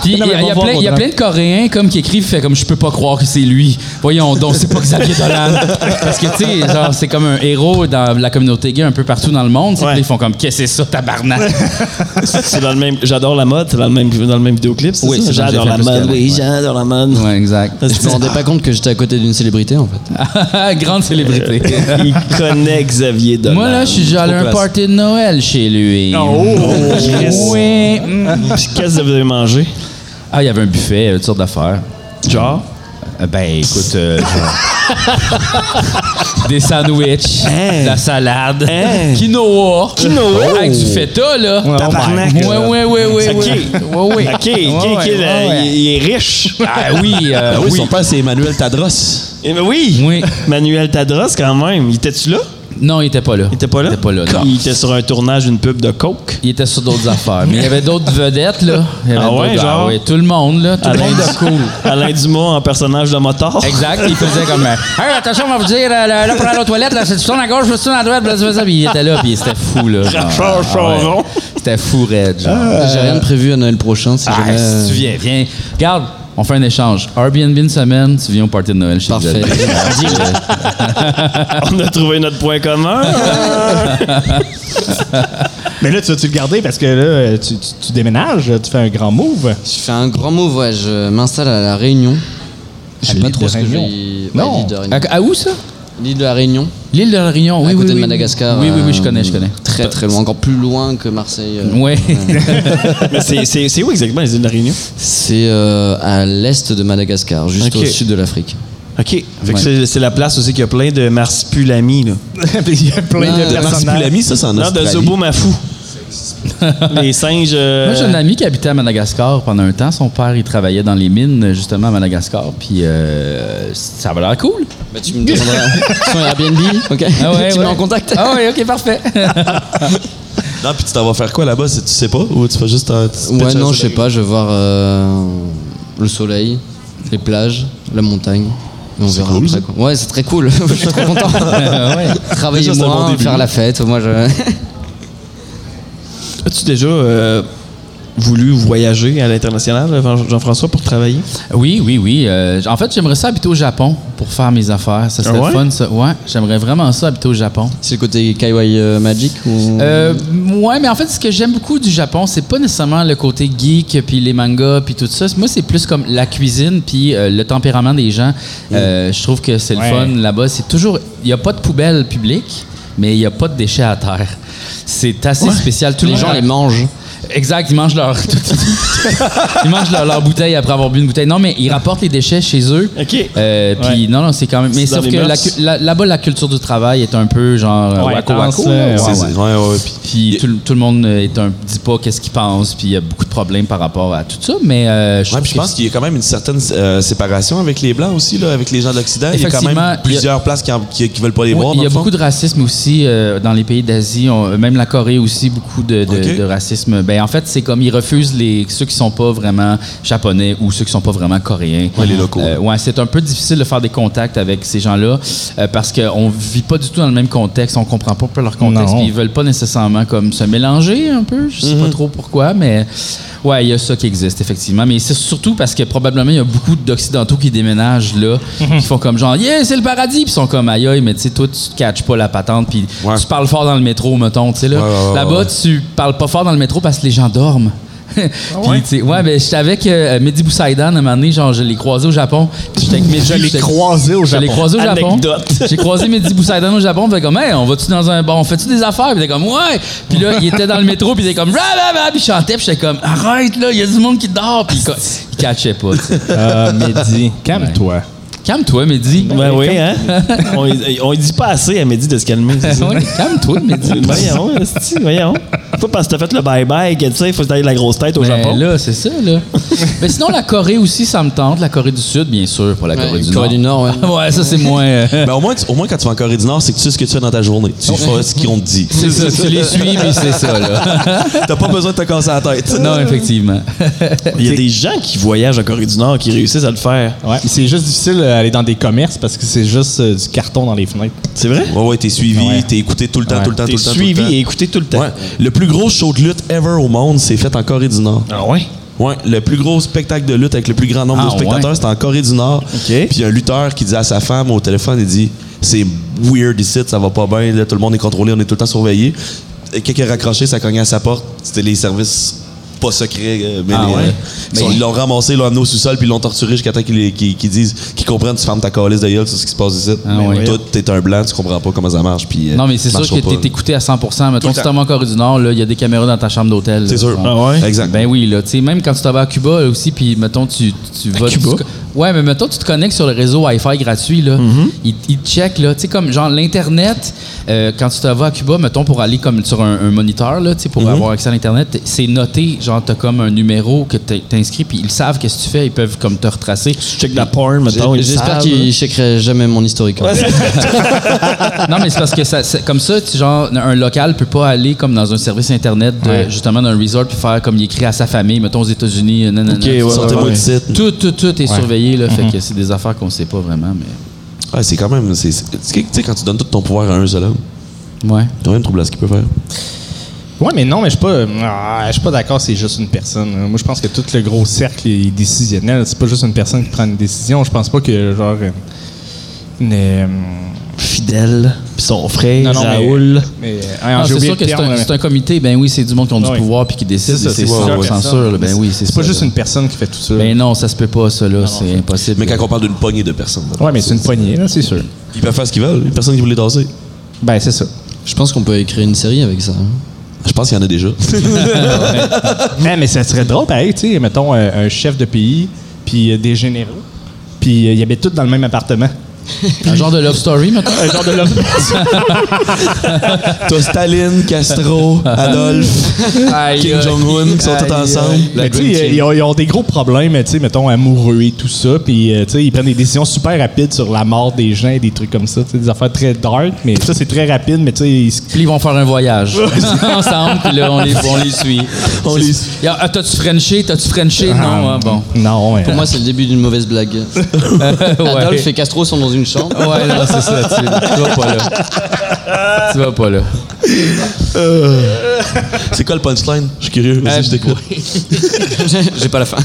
E: Puis il y,
C: Non, mais
E: a- il y a
C: on va
E: plein- il y a
C: voir,
E: plein de Coréens comme qui écrivent, fait comme je peux pas croire que c'est lui. Voyons donc, c'est pas Xavier Dolan. Parce que, tu sais, genre, c'est comme un héros dans la communauté gay un peu partout dans le monde. tu sais,
B: Ouais.
E: puis Ils font comme Qu'est-ce que c'est ça, tabarnak?
B: C'est dans le même. J'adore la mode, c'est dans le même, dans le même vidéoclip. c'est
E: Oui,
B: ça?
E: c'est dans
B: j'adore la
E: J'ai fait
B: mode.
E: plus
B: Oui,
E: qu'elle,
B: j'adore la mode.
E: Ouais, exact.
B: Parce
D: Je
B: que-
D: me rendais pas compte que j'étais à côté d'une célébrité en fait.
E: Grande célébrité.
B: Il connaît Xavier Dolan.
E: Moi, là, je suis allé à un
B: Pourquoi ça?
E: party de Noël chez lui.
B: Oh, Chris.
E: Oui. mm.
B: Puis qu'est-ce que vous avez mangé?
E: Ah, il y avait un buffet, il y avait toutes sortes d'affaires.
B: Genre?
E: Euh, Ben, écoute, euh, genre- des sandwichs, de la salade, Hein? quinoa, Oh!
B: Quinoa.
E: avec du feta, là.
B: Tabarnak.
E: Ouais, ouais, ouais, ouais, ouais.
B: Ok.
E: Ouais, ouais.
B: Ok,
E: Ouais,
B: ok, ok,
E: ouais,
B: là,
E: ouais,
B: il-
E: ouais.
B: il est riche.
E: Ah oui, euh,
A: Ah oui,
E: oui.
A: son père, c'est Emmanuel Tadros.
B: Eh ben oui.
E: Oui.
B: Manuel Tadros, quand même. Il était-tu là?
E: Non, il était pas là.
B: Il était pas là?
E: Il était pas là, non.
B: Il était sur un tournage d'une pub de Coke.
E: Il était sur d'autres affaires. Mais il y avait d'autres vedettes, là. Il y avait
B: Ah ouais,
E: d'autres-
B: genre?
E: ouais, tout le monde, là. Tout le monde de cool.
B: Alain Dumas en personnage de motard.
E: Exact, il faisait comme euh, Hey, attention, on va vous dire, euh, là, là, pour aller aux toilettes, là, c'est tu tournes à gauche, tu tournes à droite, blablabla. Puis il était là, puis c'était fou, là. genre. Ah.
B: Rachard Charon.
E: ouais. C'était fou, raide, genre.
D: J'ai
C: Euh,
D: rien de prévu à Noël prochain si
E: Ah,
D: jamais. euh,
E: si tu viens, viens. Regarde, on fait un échange. Airbnb une semaine, tu viens au party de Noël chez
D: Parfait.
E: Isabelle.
B: On a trouvé notre point commun.
C: Mais là, tu vas-tu le garder parce que là, tu, tu- tu déménages, tu fais un grand move.
D: Je fais un grand mot, ouais, je m'installe à La Réunion. Je sais
C: l'île
D: pas trop
C: de
D: ce que je vais.
C: Réunion.
D: Ouais,
C: Non. Ah.
D: l'île de Réunion.
E: À, à où ça
D: L'île de la Réunion,
E: L'île de la Réunion, oui.
D: à côté
E: oui,
D: de
E: oui.
D: Madagascar.
E: Oui, oui, oui, je
D: euh,
E: connais, je connais.
D: Très très loin, encore plus loin que Marseille. euh.
E: Oui.
B: Mais c'est- c'est c'est où exactement les îles de la Réunion?
D: C'est euh, à l'est de Madagascar, juste
B: Ok.
D: au sud de l'afrique.
B: OK. Fait que c'est- c'est la place aussi qu'il y a plein de marsupulamis, là.
C: Il y a plein
D: Ouais.
C: de personnages.
A: Marsupilami, ça, c'est en
B: Non, de
A: Australie.
B: Zobo Mafou. les singes. euh,
E: Moi, j'ai un ami qui habitait à Madagascar pendant un temps. Son père, il travaillait dans les mines, justement, à Madagascar. Puis euh, ça avait l'air cool.
D: Bah, tu me demanderas sur Airbnb, ok Tu me mets en contact
E: Ah ouais, ok, parfait.
A: Non, puis tu t'en vas faire quoi là-bas? c'est- Tu sais pas? Ou tu fais juste un. tu te
D: Ouais,
A: pitches
D: non,
A: un-
D: je sais pas, je vais voir euh, le soleil, les plages, la montagne. Et on verra
A: cool,
D: après,
A: ça.
D: quoi. Ouais, c'est très cool. je suis trop content.
E: ouais.
D: Travailler
A: Déjà, c'est un bon
D: moins,
A: début.
D: faire la fête. Moi, je.
B: As-tu déjà euh, voulu voyager à l'international, Jean- Jean-François, pour travailler?
E: Oui, oui, oui. Euh, en fait, j'aimerais ça habiter au Japon pour faire mes affaires. Ça serait
B: Ah ouais?
E: fun, ça. Ouais, j'aimerais vraiment ça habiter au Japon.
D: C'est le côté KY euh, Magic ou.
E: Euh, ouais, mais en fait, ce que j'aime beaucoup du Japon, c'est pas nécessairement le côté geek, puis les mangas, puis tout ça. Moi, c'est plus comme la cuisine, puis euh, le tempérament des gens. Euh, je trouve que c'est le
C: Ouais.
E: fun là-bas. C'est toujours. Il n'y a pas de poubelle publique, mais il n'y a pas de déchets à terre. C'est assez spécial. Tous
D: les gens les mangent.
E: Exact, ils mangent leur. ils mangent leur, leur bouteille après avoir bu une bouteille. Non, mais ils rapportent les déchets chez eux.
B: OK.
E: Euh, puis
B: Ouais.
E: non, non, c'est quand même. Mais
B: C'est dans les
E: sauf que
B: mœurs.
E: la cu- la- là-bas, la culture du travail est un peu genre. euh,
C: Ouais,
E: wacko,
C: intense,
E: wacko,
C: là.
E: là.
A: C'est-
E: Ouais, ouais.
A: c'est- Ouais, ouais, puis-
E: Puis tout, le- tout le monde euh, est un, dit pas qu'est-ce qu'il pense, puis il y a beaucoup de problèmes par rapport à tout ça, mais euh, je
A: Ouais,
E: trouve
A: puis je
E: que
A: pense qu'il y a quand même une certaine euh, séparation avec les Blancs aussi, là, avec les gens de l'Occident. Il y a quand
E: Effectivement,
A: même
E: il y a-
A: plusieurs places qui, en- qui, qui veulent pas les
E: Oui,
A: voir.
E: il y a beaucoup de racisme aussi euh, dans les pays d'Asie, On- même la euh, Corée aussi, beaucoup de, de-
A: Ok.
E: de racisme. Ben, ben en fait, c'est comme ils refusent les ceux qui sont pas vraiment japonais ou ceux qui sont pas vraiment coréens.
A: Ouais, les locaux.
E: Euh, ouais, c'est un peu difficile de faire des contacts avec ces gens-là euh, parce qu'on vit pas du tout dans le même contexte, on comprend pas leur contexte,
C: Non.
E: puis ils veulent pas nécessairement comme se mélanger un peu, je sais pas trop pourquoi, mais ouais, il y a ça qui existe effectivement, mais c'est surtout parce que probablement il y a beaucoup d'occidentaux qui déménagent là, qui font comme genre yeah c'est le paradis, puis ils sont comme aïe aïe, mais tu sais toi tu te catches pas la patente, puis
A: Ouais.
E: tu parles fort dans le métro mettons, tu sais là,
A: Ouais, ouais, ouais,
E: là-bas
A: ouais.
E: tu parles pas fort dans le métro parce que les gens dorment. Puis, tu sais, ouais, ben, j'étais avec euh, Mehdi Boussaïdan à un moment donné, genre, je l'ai croisé au Japon. Puis j'étais avec Mehdi,
C: Je l'ai
E: j'étais-
C: croisé au
E: Je l'ai
C: Japon.
E: croisé au Japon.
B: Anecdote.
E: J'ai croisé Mehdi Boussaïdan au Japon. Fait comme, hey, on va-tu dans un bar? On fait-tu des affaires? Puis il était comme, ouais. Puis là, il était dans le métro. Puis il était comme, bla, bla, bla. Puis il chantait. Puis j'étais comme, arrête, là, il y a du monde qui dort. Puis il, ca- il catchait pas. tu sais.
C: Euh, Mehdi, calme-toi.
E: Calme-toi, Mehdi.
B: Ben oui, hein? on, y- on y dit pas assez à Mehdi de se calmer. c'est ça.
E: Ouais, Calme-toi, Mehdi. Ben,
B: voyons, esti, voyons. Pas parce que t'as fait le bye-bye que tu sais, il faut se tailler de la grosse tête au
E: Mais
B: Japon.
E: Ben là, c'est ça, là. Mais sinon, la Corée aussi, ça me tente. La Corée du Sud, bien sûr, pour la Corée du
D: Corée du
E: Nord.
D: Nord, ouais.
E: ouais, ça, c'est moins. euh,
A: Ben, au, moins, tu- au moins, quand tu vas en Corée du Nord, c'est que tu sais ce que tu fais dans ta journée. Tu fais ce qu'on te dit.
E: C'est ça, tu les suis, mais c'est ça, là.
A: T'as pas besoin de te casser la tête.
E: Non, effectivement.
B: Il y a des gens qui voyagent en Corée du Nord qui réussissent à le faire.
C: Ouais, c'est juste difficile d'aller dans des commerces parce que c'est juste euh, du carton dans les fenêtres.
B: C'est vrai?
A: Ouais, ouais, t'es suivi,
C: Ouais.
A: t'es écouté tout le temps,
C: Ouais.
A: tout le temps, tout
B: T'es
A: le temps.
B: suivi
A: tout le temps.
B: et écouté tout le temps.
A: Ouais. Le plus gros show de lutte ever au monde, c'est fait en Corée du Nord.
B: Ah ouais?
A: Ouais, le plus gros spectacle de lutte avec le plus grand nombre
E: Ah,
A: de spectateurs,
E: ouais.
A: c'était en Corée du Nord. Puis il y a un lutteur qui dit à sa femme au téléphone, il dit c'est weird ici, ça va pas bien, là, tout le monde est contrôlé, on est tout le temps surveillé. Et Quelqu'un a raccroché, ça cognait à sa porte. C'était les services pas secrets, euh, mais,
E: Ah,
A: les-
E: ouais.
A: euh, ils sont- ils l'ont ramassé, ils l'ont amené au sous-sol, puis ils l'ont torturé jusqu'à temps qu'ils qu'ils- qu'ils disent qu'ils comprennent, tu fermes ta calice de gueule sur ce qui se passe ici.
E: Ah, ouais.
A: Toi, t'es un blanc, tu comprends pas comment ça marche. Puis, euh,
E: Non, mais c'est sûr
A: marchera
E: que
A: pas,
E: t'es
A: là.
E: écouté à 100%. Mettons,
A: le
E: si
A: temps.
E: t'en vas en Corée du Nord, là, il y a des caméras dans ta chambre d'hôtel.
A: C'est
E: là,
A: sûr.
E: genre.
B: Ah ouais?
A: Exact.
E: Ben oui, là, tu sais, même quand tu t'en vas à Cuba là, aussi, puis mettons, tu, tu vas. tu
B: Cuba?
E: te- ouais, mais mettons, tu te connectes sur le réseau Wi-Fi gratuit, là. ils, ils te checkent, là. Tu sais, comme genre l'Internet, euh, quand tu t'en vas à Cuba, mettons, pour aller comme sur un, un moniteur, là, tu sais, pour avoir accès à l'Internet, t- c'est noté, genre, t'as comme un numéro que t'es- t'inscris, puis ils savent qu'est-ce que tu fais, ils peuvent comme te retracer.
B: Tu check la porn, mettons. ils
D: J'espère
B: savent.
D: qu'il checkerait jamais mon historique. hein.
E: Non, mais c'est parce que ça, c'est- comme ça, tu, genre, un local peut pas aller comme dans un service Internet, de, justement d'un resort, puis faire comme il écrit à sa famille, mettons aux États-Unis, euh, nanana.
B: Ok, ouais, ouais,
A: Sortez-moi
B: ouais.
A: du site.
E: Tout, tout, tout est surveillé, là.
A: Mhm.
E: Fait que c'est des affaires qu'on sait pas vraiment, mais.
A: Ouais, Ah, c'est quand même. c'est- c'est- Tu sais, quand tu donnes tout ton pouvoir à un seul homme,
E: Ouais.
A: t'as rien de trouble à ce qu'il peut faire.
C: Ouais, mais non, mais je suis pas, euh, ah, je suis pas d'accord, c'est juste une personne. hein. Moi, je pense que tout le gros cercle est décisionnel. C'est pas juste une personne qui prend une décision. Je pense pas que, genre. euh, une, euh,
B: Fidèle, puis son frère,
C: non, non, mais-
B: Raoul.
C: mais, euh,
E: Non,
C: j'ai
E: Ah, c'est
C: oublié
E: sûr
C: le
E: que c'est
C: terme,
E: un,
C: là,
E: c'est
C: mais
E: un comité, ben oui, c'est du monde qui ont du
C: Ouais.
E: pouvoir puis qui décide,
C: C'est ça,
E: c'est
C: c'est
E: sans
C: plusieurs
E: censure,
C: personnes.
E: là. ben oui, c'est ça.
C: C'est pas juste
E: là.
C: une personne qui fait tout ça.
E: Ben non, ça se peut pas, ça, là, c'est impossible.
A: Mais quand on parle d'une poignée de personnes, là,
C: Ouais, mais c'est une poignée, là, c'est sûr.
A: ils peuvent faire ce qu'ils veulent. Il y a Personne qui voulait danser.
C: Ben, c'est ça.
D: Je pense qu'on peut écrire une série avec ça. hein.
A: Je pense qu'il y en a déjà.
E: Ben,
C: Ouais, Eh, mais ça serait drôle, pareil, tu sais, mettons euh, un chef de pays, puis euh, des généraux, puis euh, ils habitent tous dans le même appartement.
E: Un genre de love story, mettons.
C: Un genre de love.
A: T'as Staline, Castro, Adolphe, Kim Jong-un qui sont tous ensemble.
C: Mais tu sais, ils, ils ont, ils ont des gros problèmes, tu sais, mettons, amoureux et tout ça, puis euh, tu sais, ils prennent des décisions super rapides sur la mort des gens et des trucs comme ça, tu sais, des affaires très dark, mais ça, c'est très rapide, mais tu sais, ils se-
E: Puis ils vont faire un voyage ensemble, puis là, on les, on les suit.
A: On les suit.
E: Y a- Ah, t'as-tu Frenché? T'as-tu Frenché? Non, ah, bon.
C: Non, ouais.
D: Pour moi, c'est le début d'une mauvaise blague. Adolphe et Castro sont dans une chambre.
E: Ouais, non, c'est ça. Tu, tu vas pas là. Tu vas pas là.
A: C'est quoi le punchline? Je suis curieux.
E: Euh,
A: Vas-y, je t'écoute.
D: J'ai pas la fin.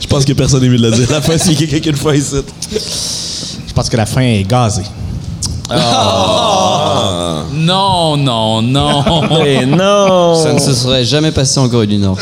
A: Je pense que personne n'est venu de le dire. La fin, c'est quelqu'un qui le fait ici.
C: je pense que la fin est gazée.
E: Non, non, non.
B: Mais non!
D: Ça ne se serait jamais passé en Corée du Nord.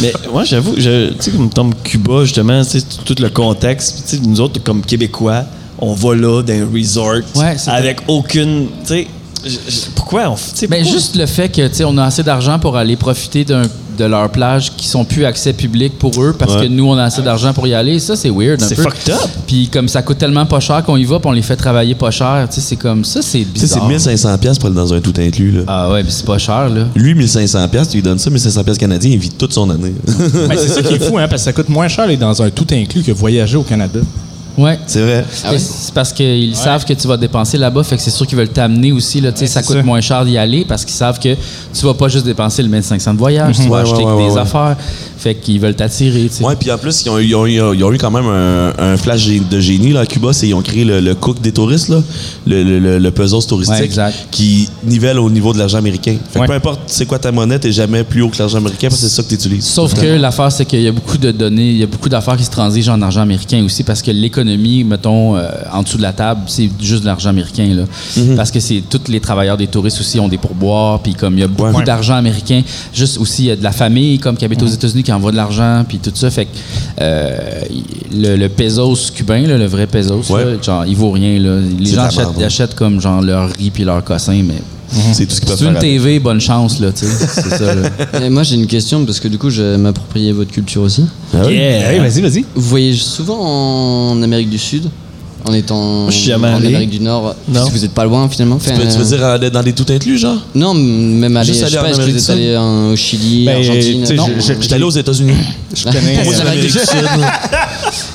B: Mais moi, j'avoue, je- tu sais, comme tombe Cuba, justement, tu sais, tout le contexte, puis tu sais, nous autres, comme Québécois, on va là dans un resort
E: Ouais, c'est
B: avec aucune. Tu sais, j- j- pourquoi on. f- tu sais, pourquoi-
E: Mais Ben, juste le fait que, tu sais, on a assez d'argent pour aller profiter d'un- de leurs plages qui sont plus accès public pour eux parce que nous, on a assez d'argent pour y aller. Ça, c'est weird. un
B: C'est
E: peu.
B: fucked up.
E: Puis comme ça coûte tellement pas cher qu'on y va, puis on les fait travailler pas cher. Tu sais, c'est comme ça, c'est
A: Tu sais, c'est
E: bizarre.
A: 1500$ piastres pour aller dans un tout inclus. Là.
E: Ah ouais, puis c'est pas cher, là.
A: Lui, 1500$, piastres, tu lui donnes ça, 1500$ piastres canadiens, il vit toute son année.
C: Ben, c'est ça qui est fou, hein, parce que ça coûte moins cher aller dans un tout inclus que voyager au Canada.
E: Ouais.
A: C'est vrai.
D: Ah ouais?
E: C'est parce qu'ils savent que tu vas dépenser là-bas, fait que c'est sûr qu'ils veulent t'amener aussi. Là, tu sais, ça coûte moins cher d'y aller parce qu'ils savent que tu vas pas juste dépenser le 1500 de voyage, tu vas
A: Ouais, ouais,
E: acheter
A: ouais,
E: des
A: ouais, ouais.
E: affaires. Fait qu'ils veulent t'attirer. tu sais.
A: Ouais, puis en plus, ils ont, eu- ils ont eu- ils ont eu quand même un, un flash gé- de génie là, à Cuba. C'est ils ont créé le, le cook des touristes, là, le, le, le, le pesos touristique,
E: Ouais, exact.
A: qui nivelle au niveau de l'argent américain. Fait que
E: Ouais.
A: peu importe c'est quoi ta monnaie, t'es jamais plus haut que l'argent américain parce que c'est ça que t'utilises.
E: Sauf que l'affaire, c'est qu'il y a beaucoup de données, il y a beaucoup d'affaires qui se transigent en argent américain aussi parce que l'économie, mettons, euh, en dessous de la table, c'est juste de l'argent américain. Là.
A: Mhm.
E: Parce que c'est tous les travailleurs des touristes aussi ont des pourboires, puis comme il y a beaucoup
A: Ouais. Mhm.
E: d'argent américain, juste aussi il y a de la famille comme qui habite aux États-Unis qui envoie de l'argent, puis tout ça. Fait que euh, le, le pesos cubain, là, le vrai pesos,
A: Ouais.
E: là, genre, il vaut rien. Là. Les
A: de
E: gens
A: la
E: achètent,
A: merde, ouais.
E: achètent comme genre leur riz puis leur cossin, mais.
A: C'est tout ce qu'ils peuvent
E: C'est
A: faire.
E: une
A: avec.
E: TV, bonne chance, là, tu sais. C'est ça, là.
D: Et moi, j'ai une question parce que du coup, je m'appropriais votre culture aussi.
C: Yeah. Hey, vas-y, vas-y.
D: Vous voyagez souvent en Amérique du Sud en étant
B: je suis jamais
D: en
B: allé.
D: Amérique du Nord,
B: Non.
D: parce que vous êtes pas loin finalement.
A: Tu
D: Enfin, euh,
A: peux- tu veux dire euh, d'être dans des tout inclus, genre?
D: Non, même aller,
A: Juste
D: je sais
A: aller en
D: pas, est-ce que
A: Amérique
D: vous
A: du
D: êtes
A: Sud?
D: allé en- au Chili,
C: Ben,
D: Argentine,
C: tu sais,
D: non.
C: je- je-
A: J'étais allé aux États-Unis.
C: Je connais. euh,
D: Moi, ça va être-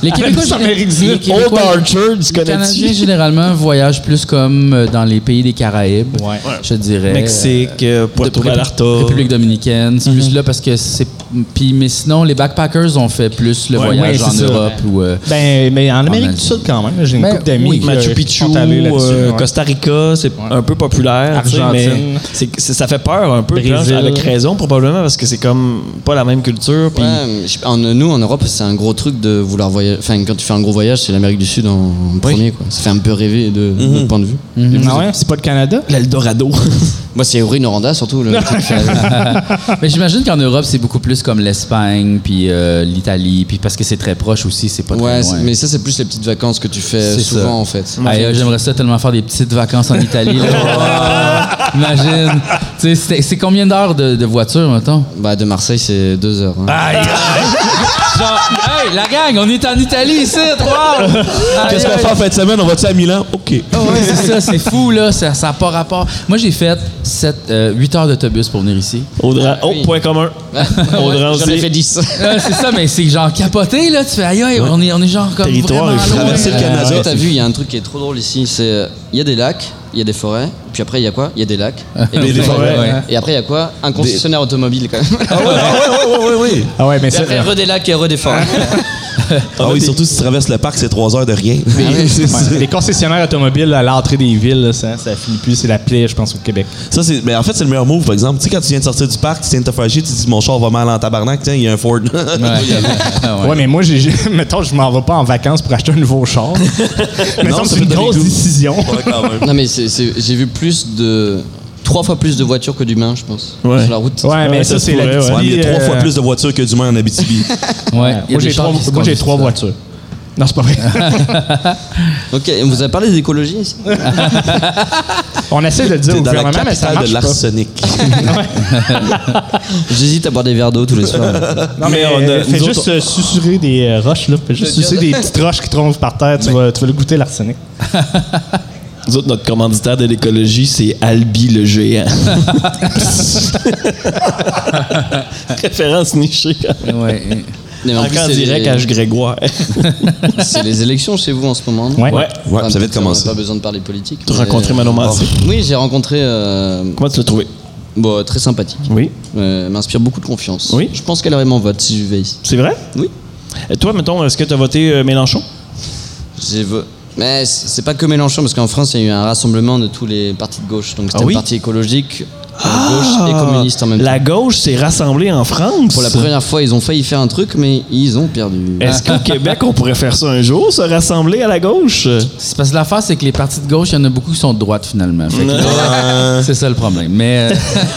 E: Les Québécois,
C: Juste en Amérique du
E: les
C: Sud.
E: Québécois-
B: Old Orchard, tu
E: les
B: connais-tu?
E: Canadiens, généralement, voyagent plus comme euh, dans les pays des Caraïbes,
C: Ouais.
E: je dirais.
B: Mexique, euh,
E: euh,
B: Puerto
E: de-
B: Vallarta.
E: République dominicaine. C'est plus là parce que c'est... Puis, mais sinon, les backpackers ont fait plus le
B: Ouais,
E: voyage
C: ouais,
E: en
C: c'est ça.
E: Europe ou... euh,
C: Ben, mais en Amérique
E: Asie.
C: du Sud, quand même. J'ai une
E: Ben,
C: couple d'amis.
E: oui.
C: qui, euh,
B: Machu
C: qui
B: Picchu,
C: sont allés là-dessus,
B: euh,
C: ouais.
B: Costa Rica, c'est un peu populaire. tu sais,
C: Argentine.
B: mais c'est- c'est- ça fait peur un peu,
C: Brésil.
B: Blanche, avec raison probablement, parce que c'est comme pas la même culture. puis-
D: Ouais, mais je- en- nous, en Europe, c'est un gros truc de vouloir voyager. Enfin, quand tu fais un gros voyage, c'est l'Amérique du Sud en, en premier. Quoi. Ça fait un peu rêver de, de notre point de vue.
C: Ah ouais, c'est pas le Canada?
B: L'Eldorado.
D: Moi, c'est Orinooranda surtout. Le truc qui a-
E: Mais j'imagine qu'en Europe, c'est beaucoup plus comme l'Espagne, puis euh, l'Italie, puis parce que c'est très proche aussi, c'est pas
D: ouais,
E: très
D: c'est-
E: loin.
D: mais ça, c'est plus les petites vacances que tu fais
E: C'est
D: souvent
E: ça.
D: en fait.
E: Aïe, euh, J'aimerais ça tellement faire des petites vacances en Italie. là. Oh, imagine. Tu sais, c'était- C'est combien d'heures de, de voiture, mettons?
D: Bah, de Marseille, c'est deux heures. hein.
E: Genre, hey, la gang, on est en Italie ici, trois!
A: Qu'est-ce qu'on va faire en fin de semaine? On va-tu à Milan? OK.
E: Ouais, c'est ça, c'est fou, là, ça n'a pas rapport. Moi, j'ai fait 8 heures d'autobus pour venir ici.
B: Audran.
D: Ah
B: Oh, point commun. Audran
D: J'en ai
B: aussi.
D: fait dix.
E: Euh, c'est ça, mais c'est genre capoté, là, tu fais, aïe, aïe, on, est, on est genre comme
B: Territoire
E: vraiment
B: est
E: loin.
A: traversé le
E: Euh,
A: Canada.
D: Est-ce que Ah, t'as vu, il y a un truc qui est trop drôle ici. C'est euh, il y a des lacs, il y a des forêts. Puis après, il y a quoi Il y a des lacs. Et, puis-
A: des forêts,
E: ouais.
D: et après, il y a quoi Un concessionnaire automobile quand même.
A: Ah ouais, ouais, ouais, ouais, ouais.
C: Ah ouais, mais
D: Et
C: ça.
D: après, re des lacs et re des forêts.
A: Ah oui, surtout si tu traverses le parc, c'est trois heures de rien. C'est-
C: Ah Ouais. Les concessionnaires automobiles à l'entrée des villes, là, ça, ça finit plus. C'est la plaie, je pense, au Québec.
A: Ça, c'est. Mais en fait, c'est le meilleur move, par exemple. Tu sais, quand tu viens de sortir du parc, tu viens de te faire chier, tu te dis mon char va mal en tabarnak, tiens, il y a un Ford.
C: Ouais, mais moi, j'ai, j'ai- mettons, je m'en vais pas en vacances pour acheter un nouveau char. mais
A: Non,
C: ça,
A: ça
C: c'est
A: peut
C: une
A: donner
C: grosse
A: le goût.
C: décision.
A: Ouais, quand même.
D: Non mais c'est- c'est- j'ai vu plus de trois fois plus de voitures que d'humains, je pense,
B: Ouais.
D: sur la route.
C: Ouais, Ah, mais
B: Ouais,
C: ça,
B: ça se
C: c'est la
B: pourrait, ouais.
A: Ouais, mais il y a trois
C: euh,
A: fois plus de voitures que d'humains en Abitibi.
E: Ouais, il y a
C: Moi,
E: des
C: j'ai
E: chars
C: trois,
E: qui se
C: moi, j'ai
E: conduisent
C: trois
E: tout
C: voitures. Non, c'est pas vrai.
D: Ok, on vous a parlé d'écologie ici
C: On essaie de le dire
A: C'est
C: au
A: dans la
C: gouvernement, mais ça
A: capitale
C: marche
A: de
C: pas.
A: l'arsenic.
D: J'hésite à boire des verres d'eau tous les soirs.
C: Non,
B: Mais
C: mais,
B: on a-
C: euh,
B: nous
C: fais
B: autres,
C: juste euh, susurrer des euh, roches, là. Fais juste sucer des petites roches qui trouvent par terre. Tu, vas, tu vas le goûter, l'arsenic.
B: Nous autres, notre commanditaire de l'écologie, c'est Albi le géant. Référence nichée.
E: ça. Ouais.
D: Non, mais en plus,
B: Encore
D: c'est
B: direct
D: les,
B: à H. Grégoire.
D: c'est les élections chez vous en ce moment. non
C: Ouais.
B: Ouais.
A: Ouais, ça
D: Enfin,
A: va
D: peut-être
A: être commencé.
D: On a pas besoin de parler politique.
B: Tu as
D: mais- euh,
B: rencontré Manon Massé.
D: Oui, j'ai rencontré. euh,
B: Comment tu l'as trouvé?
D: bon, très sympathique.
B: Oui.
D: Euh, elle m'inspire beaucoup de confiance.
B: Oui.
D: Je pense qu'elle aurait mon vote si je vais ici.
B: C'est vrai?
D: Oui.
B: Et toi, mettons, est-ce que tu as voté euh, Mélenchon?
D: J'ai vo- Mais c- c'est pas que Mélenchon, parce qu'en France, il y a eu un rassemblement de tous les partis de gauche. Donc c'était
B: Ah oui Ah
D: le parti écologique, euh, gauche et communiste en même temps.
B: La gauche s'est rassemblée en France.
D: Pour la première fois, ils ont failli faire un truc, mais ils ont perdu. Ah.
B: Est-ce qu'au Québec, on pourrait faire ça un jour, se rassembler à la gauche?
E: C'est parce que l'affaire, c'est que les partis de gauche, il y en a beaucoup qui sont de droite, finalement. Fait que là, c'est ça le problème. Mais... euh,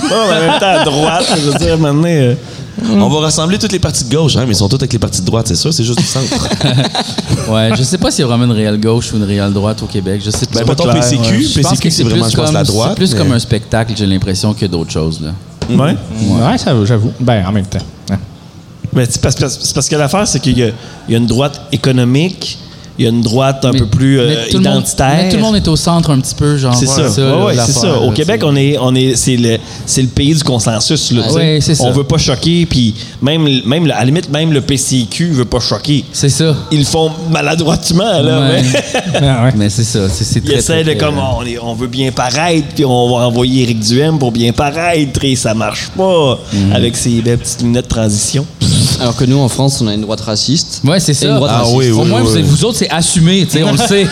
B: Non, mais en même temps, à droite, je veux dire, maintenant. euh,
A: On va rassembler toutes les parties de gauche, hein, mais ils sont toutes avec les parties de droite, c'est sûr, c'est juste du centre.
E: Ouais, je sais pas s'il y a vraiment une réelle gauche ou une réelle droite au Québec. Je sais pas.
A: Ben, mettons PCQ,
E: Je pense que
A: PCQ, c'est vraiment,
E: plus
A: je pense,
E: comme-
A: la droite.
E: C'est plus
A: mais-
E: comme un spectacle, j'ai l'impression, que d'autres choses. Là.
B: Ouais.
C: Ouais, ça, j'avoue. Ben, en même temps. Hein.
B: Mais tu sais, parce, parce- c'est parce que l'affaire, c'est qu'il y, a- il y a une droite économique, il y a une droite un
E: Mais-
B: peu plus euh,
E: mais tout le monde-
B: identitaire.
E: mais tout le monde est au centre un petit peu, genre.
B: C'est
E: voilà,
B: ça. Ouais, ouais,
E: l'affaire,
B: c'est ça. Au
E: là,
B: Québec,
E: tu sais.
B: on est, on est, c'est le, c'est le pays du consensus. Là,
E: Ah,
B: tu sais.
E: ouais, c'est ça.
B: On veut pas choquer, puis même, le- même, le- à la limite, même le PCQ veut pas choquer.
E: C'est ça.
B: Ils le font maladroitement, là.
E: Ouais.
B: mais-
C: Ah, ouais.
E: Mais c'est ça. C'est, c'est
B: Ils
E: très,
B: essaient de
E: très,
B: comme
E: euh,
B: on, est- on veut bien paraître, puis on va envoyer Eric Duhem pour bien paraître, et ça marche pas
E: Mhm.
B: avec ses belles petites lunettes de transition.
D: Alors que nous, en France, on a une droite raciste.
E: Ouais, c'est
D: Et
E: ça.
D: une droite
A: Ah
D: raciste.
A: oui, oui,
E: Au moins,
A: oui,
E: vous,
A: oui.
E: vous autres, c'est assumé, tu sais, on le sait.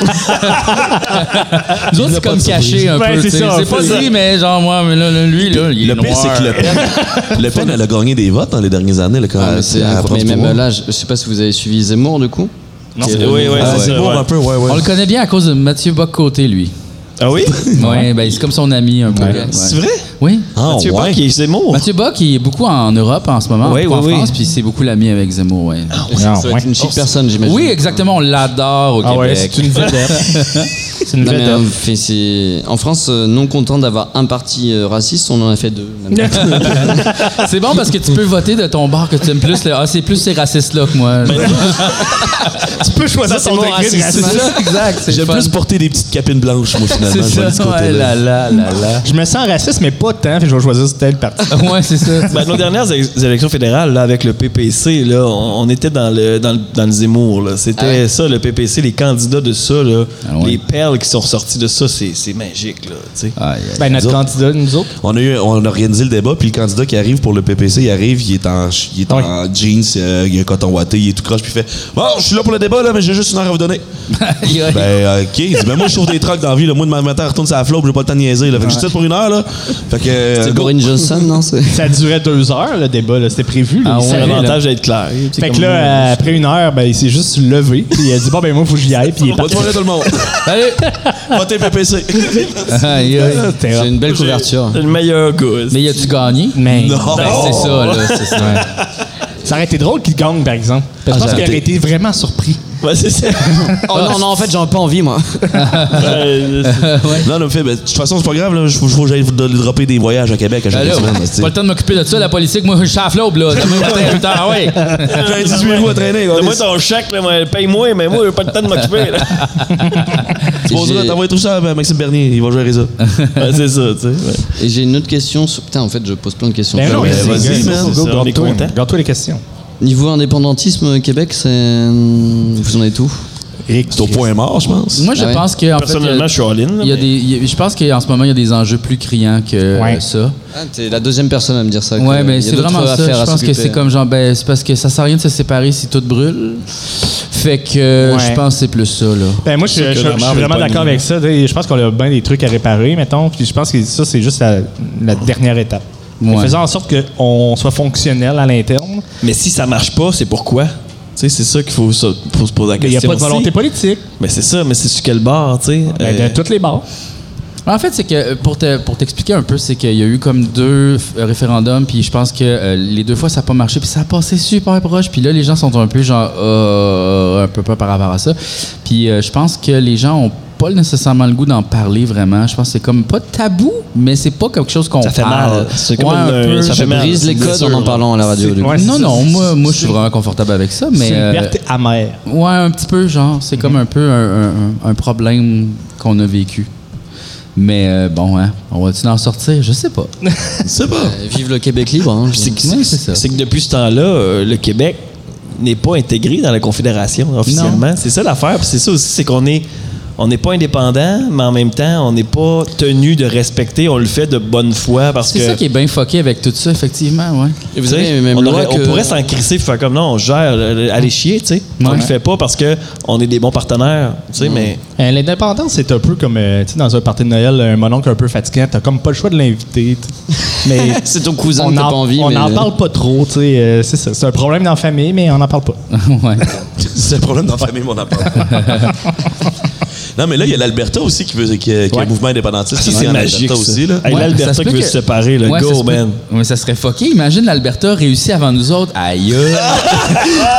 E: Nous autres, c'est comme caché un
C: Ouais,
E: peu,
C: c'est
E: tu sais.
C: ça,
E: C'est
C: faut
E: pas
C: ça.
E: dit, mais genre, moi, mais là, là, lui, là, il est
A: Le pire, c'est
E: noir.
A: que Le Pen, Le Pen, elle a gagné des votes dans les dernières années. Là, quand
D: Ah,
A: elle-
D: mais c'est
A: elle
D: incroyable.
A: approche
D: Mais
A: du
D: même
A: pouvoir.
D: là, je je sais pas si vous avez suivi Zemmour, du coup. Non,
B: Oui, oui,
D: euh,
A: Ah,
B: c'est
A: c'est
B: ça,
A: bon,
B: ouais.
A: un peu, ouais, ouais.
E: On le connaît bien à cause de Mathieu Bock-Côté, lui.
B: Ah oui?
E: Ouais, ben, c'est comme son ami un peu.
D: Ouais.
E: ouais.
B: C'est vrai?
E: Oui.
A: Ah,
B: Mathieu
A: ouais.
B: Bock et Zemmour.
E: Mathieu Bock, il est beaucoup en Europe en ce moment,
B: Oh. Oui,
E: beaucoup en
B: oui, oui.
E: France, puis c'est beaucoup l'ami avec Zemmour, ouais.
C: Ah,
D: Ça va
C: ouais.
D: être une chic personne, j'imagine.
E: Oui, exactement, on l'adore au
C: Ah ouais,
E: Québec.
C: c'est une vedette. c'est une
D: Non, mais,
C: vedette.
D: euh, fait, c'est- en France, euh, non content d'avoir un parti euh, raciste, on en a fait deux. Euh,
E: C'est bon parce que tu peux voter de ton bar que tu aimes plus. le- Ah, c'est plus ces racistes-là que moi.
B: Tu peux choisir
F: Ça, c'est mon racisme.
E: C'est ça, exact. c'est
A: J'aime
E: le fun.
A: plus porter des petites capines blanches, moi, finalement.
E: C'est
A: je vais
E: ça,
A: de ce
E: ouais,
A: côté-là.
E: là, là, là, là.
C: Je me sens raciste, mais pas tant, fait que je vais choisir tel parti.
E: Ouais, c'est ça.
B: Ben, nos dernières ex- élections fédérales, là, avec le PPC, là, on, on était dans le, dans le, dans le Zemmour. là. C'était
D: Ah ouais.
B: ça, le PPC, les candidats de ça, là,
E: Ah ouais.
B: les perles qui sont ressorties de ça, c'est c'est magique. Là, tu sais.
E: Aïe, aïe.
C: Ben, notre
A: Nous autres.
C: candidat, nous autres.
A: On a, eu, on a organisé le débat, puis le candidat qui arrive pour le PPC, il arrive, il est en, ch- il est en jeans, euh, il a un coton ouaté, il est tout croche, puis il fait Bon, je suis là pour le débat, là, mais j'ai juste une heure à vous donner.
E: Aïe, aïe.
A: ben, euh, OK. Il dit, Ben, moi, je trouve des trucs dans la vie, là. Moi, de ma matin, retourne sur la flotte, j'ai pas le temps de niaiser, là. Fait que je suis ici pour une heure, là. Fait que. euh,
D: C'est
A: go.
D: Boris Johnson, non c'est-
C: Ça durait deux heures, le débat, là. C'était prévu, là.
E: Ah
C: Il
E: ouais,
C: savait, là.
B: L'avantage d'être clair. tu sais,
C: Fait que
B: comme-
C: là, après une heure, ben, il s'est juste levé, puis il a dit, bon, ben, moi, faut que j'y aille, puis il est
A: Bonne
C: parti.
A: soirée, tout le monde.
E: Allez.
A: Votez PPC.
E: Aïe, aïe.
C: C'était
D: J'ai
C: hot.
D: une belle couverture.
B: C'est le meilleur gars.
E: Mais y a-tu gagné?
C: Mais
A: Non.
E: Ben, c'est ça, là. C'est ça.
C: ça aurait été drôle qu'il gagne, par exemple. Je
E: Ah,
C: pense
E: ça-
C: qu'il aurait été vraiment surpris.
B: Ouais, c'est ça.
D: Oh non, non, en fait, j'en ai pas envie, moi.
B: Ouais, c'est-
A: Non, non, fait, ben, de toute façon, c'est pas grave, là. Je faut faut que j'aille vous do- dropper des voyages à Québec à chaque
B: Ben,
E: Allô,
A: semaine. là, tu sais.
E: Ben, pas le temps de m'occuper de ça, la politique. Moi, je suis à la flotte, là. Demain matin, à 8 heures. Ah ouais.
A: J'ai un 18 roues à traîner. on est-
B: Donne-moi ton chèque, là, mais paye-moi, mais moi, j'ai pas le temps de m'occuper. là.
A: Tu vas dire,
D: J'ai-
A: t'envoies tout ça à Maxime Bernier, il va gérer ça.
B: Ouais, c'est ça, tu sais. ouais.
D: Et j'ai une autre question. sur- Putain, en fait, je pose plein de questions. Ah
C: Ben non,
A: ouais,
C: mais
A: vas-y,
C: c'est-
A: man,
C: go,
B: c'est ça, on est
C: garde-toi,
B: content.
C: garde-toi les questions.
D: Niveau indépendantisme, euh, Québec, c'est. euh, Vous en êtes où
A: C'est au point mort, je pense.
E: Moi, je
D: Ah ouais.
E: pense que. En fait, euh,
B: Personnellement, je suis all in. là,
E: il y a
B: mais-
E: des, il y a- je pense qu'en ce moment, il y a des enjeux plus criants que euh,
C: Ouais.
E: ça.
D: Ah, t'es la deuxième personne à me dire ça. que-
E: Ouais, mais
D: il y a
E: c'est
D: d'autres
E: vraiment ça.
D: affaires à
E: Je pense que
D: s'occuper.
E: c'est comme genre, ben, c'est parce que ça sert à rien de se séparer si tout brûle. Fait que euh,
C: Ouais.
E: je pense que c'est plus ça, là.
C: Ben moi, je, suis-
B: que
C: je- je
B: la
C: suis
B: marde est
C: vraiment
B: pas
C: d'accord
B: nulle.
C: avec ça. Tu sais, Je pense qu'on a bien des trucs à réparer, mettons. Puis je pense que ça, c'est juste la, la dernière étape.
E: Ouais.
C: En faisant en sorte qu'on soit fonctionnel à l'interne.
B: Mais si ça marche pas, c'est pourquoi? Tu sais, c'est ça qu'il faut, se- faut se poser la
C: Il n'y
B: question.
C: a pas de volonté
B: Si-
C: politique.
B: Mais c'est ça, mais c'est sur quel bar, tu sais?
C: Ben,
B: Euh,
C: de toutes les bords.
E: En fait, c'est que euh, pour te- pour t'expliquer un peu, c'est qu'il y a eu comme deux f- euh, référendums, puis je pense que euh, les deux fois ça n'a pas marché, puis ça a passé super proche, puis là les gens sont un peu genre euh, un peu pas par rapport à ça, puis euh, je pense que les gens ont pas nécessairement le goût d'en parler vraiment. Je pense que c'est comme pas tabou, mais c'est pas quelque chose qu'on
B: Ça fait
E: parle.
B: mal. C'est comme
E: Ouais, un
B: une-
E: peu.
B: ça fait
D: Je
B: mal.
D: brise les
B: C'est
D: codes
B: sûr,
D: en en
B: là.
D: parlant à la radio. du coup.
C: Ouais, c'est
E: non,
C: ça,
E: non,
C: c'est-
E: moi, moi je suis vraiment confortable avec ça, mais
C: C'est une
E: euh,
C: liberté amère.
E: Ouais, un petit peu, genre, c'est comme un peu un, un- un problème qu'on a vécu. Mais euh, bon, hein, on va-tu en sortir? Je sais pas.
A: C'est pas.
D: Euh, Vive le Québec libre. hein, je-
B: C'est que, c'est-
E: Ouais, c'est ça.
B: c'est que depuis ce temps-là, euh, le Québec n'est pas intégré dans la Confédération officiellement. C'est ça l'affaire. puis C'est ça aussi, c'est qu'on est. On n'est pas indépendant, mais en même temps, on n'est pas tenu de respecter. On le fait de bonne foi parce
E: C'est
B: que.
E: ça qui est bien foqué avec tout ça, effectivement, ouais.
B: Vous savez,
D: Oui, même
B: on,
D: loi
B: aurait- on
D: que-
B: pourrait s'en crisser puis faire comme non, on gère, euh, allez chier, tu sais. On
E: Ouais.
B: le fait pas parce que on est des bons partenaires, tu sais, mais.
C: Euh, L'indépendance, c'est un peu comme euh, tu sais, dans un party de Noël, un mononcle un peu fatiguant. T'as comme pas le choix de l'inviter. tu sais. Mais
D: C'est ton cousin
C: on
D: que t'as
C: en-
D: pas envie.
C: on
D: mais-
C: en parle pas trop. tu sais, euh, c'est ça. C'est un problème dans la famille, mais on n'en parle pas.
E: ouais.
A: C'est le problème dans la famille, mon appart. non, mais là, il y a l'Alberta aussi qui veut qui, qui a un mouvement indépendantiste. qui
B: c'est
A: vient en
B: magique,
A: Alberta
B: ça.
A: aussi, là.
B: Hey,
E: Ouais,
B: l'Alberta
E: ça se
B: qui
E: peut
B: veut
E: que-
B: se séparer, le
E: Ouais, ça
B: go,
E: se peut-
B: man.
E: Mais ça serait foqué. Imagine l'Alberta réussit avant nous autres. Aïe!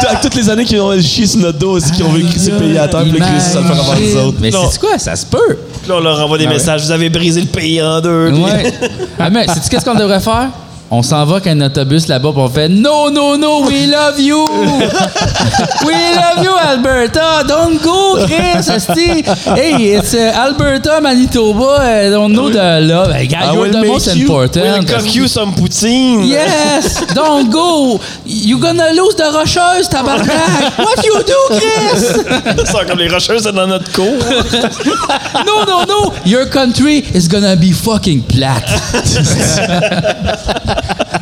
A: Avec toutes les années qui ont chié sur notre dos aussi, qui ont vu crisser le pays à terre, puis là, crisser ça le faire avant les autres.
E: Mais
B: Non.
E: c'est quoi? Ça se peut! Ah
B: Puis là, on leur envoie des messages. Vous avez brisé le pays en deux. puis-
E: Ouais. ah, mais, sais-tu qu'est-ce qu'on devrait faire? On s'en va qu'un autobus là-bas, puis on fait No, no, no, we love you! we love you, Alberta! Don't go, Chris! esti. Hey, it's uh, Alberta, Manitoba, I don't know the love. Hey, guys,
A: I
E: you're
A: will
E: the
A: make
E: Ah, most
A: you-
E: important.
B: We'll cook you some poutine.
E: Yes! Don't go! You gonna lose the rocheuse, tabarnak! What you do, Chris?
B: Ça, comme les rocheuses dans notre cour.
E: No, no, no! Your country is gonna be fucking plate.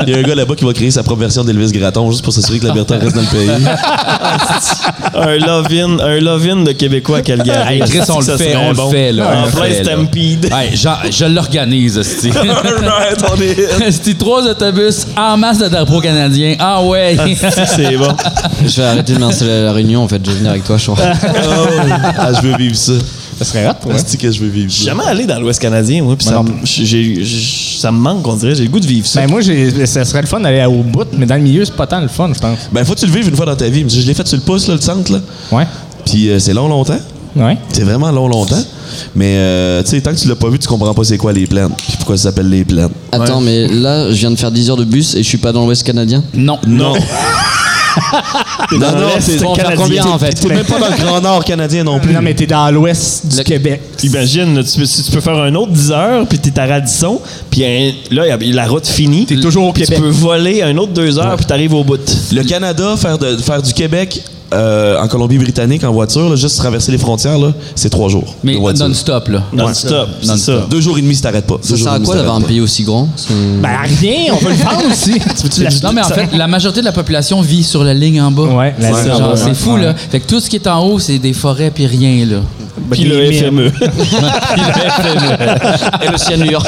A: Il y a un gars là-bas qui va créer sa propre version d'Elvis Gratton juste pour s'assurer que la liberté reste dans le pays.
B: un love-in, un love-in de Québécois à Calgary.
E: Hey, Chris, on
B: Ça
E: le fait,
B: serait
E: on
B: bon.
E: le fait, là. on
B: En
E: le
B: plein
E: fait, là.
B: stampede.
E: Hey, genre, je l'organise, Sti.
A: Alright, on est hit.
E: Sti, Euh, trois autobus en masse de drapeaux canadiens. Ah ouais!
B: Si, c'est bon.
D: Je vais arrêter de m'installer à la réunion en fait, je vais venir avec toi, je crois.
A: Oh, ah, je veux vivre ça.
C: Ça serait hot pour
A: C'est que je veux vivre
B: Je suis
A: ça.
B: jamais allé dans l'Ouest canadien, moi, puis ça, me- j'ai- j'ai- ça me manque, on dirait. J'ai le goût de vivre ça.
C: Ben moi, j'ai- ça serait le fun d'aller au bout, mais dans le milieu, c'est pas tant le fun, je pense.
A: Ben, faut que tu le vives une fois dans ta vie. Je l'ai fait sur le pouce, là, le centre, là.
C: Ouais.
A: Puis euh, c'est long, longtemps.
C: Ouais.
A: C'est vraiment long, longtemps. Mais, euh, tu sais, tant que tu l'as pas vu, tu comprends pas c'est quoi les plaines. Puis pourquoi ça s'appelle les plaines.
D: Attends, mais là, je viens de faire 10 heures de bus et je suis pas dans l'Ouest canadien.
E: Non.
A: Non. non,
B: dans
A: non,
B: l'Est
A: t'es
B: canadien.
A: t'es-
D: combien, en fait?
A: T'es même pas dans le Grand Nord canadien non plus.
C: Non, mais t'es dans l'ouest du Québec.
B: Imagine, là, tu peux, si tu peux faire un autre 10 heures, puis t'es à Radisson, puis hein, là, y a- la route finie. T'es
C: toujours au
B: Tu
C: Québec.
B: peux voler un autre 2 heures, puis t'arrives au bout.
A: Le Canada, faire, de, faire du Québec euh, en Colombie-Britannique en voiture, là, juste traverser les frontières, là, c'est trois jours.
E: Mais
A: de voiture.
E: non-stop, là.
B: Non-stop, c'est ça.
A: Deux jours et demi, si t'arrêtes pas.
D: Ça sert à quoi d'avoir un pays aussi grand C'est-
C: Ben rien, on peut le faire aussi. tu veux-tu l'acheter?
E: Non, mais en fait, la majorité de la population vit sur la ligne en bas.
C: Ouais, ben, la ligne
E: Genre,
C: en bas,
E: C'est
C: ouais.
E: fou, là. Fait que tout ce qui est en haut, c'est des forêts puis rien, là.
B: Puis le E. FME.
D: Et aussi à New York.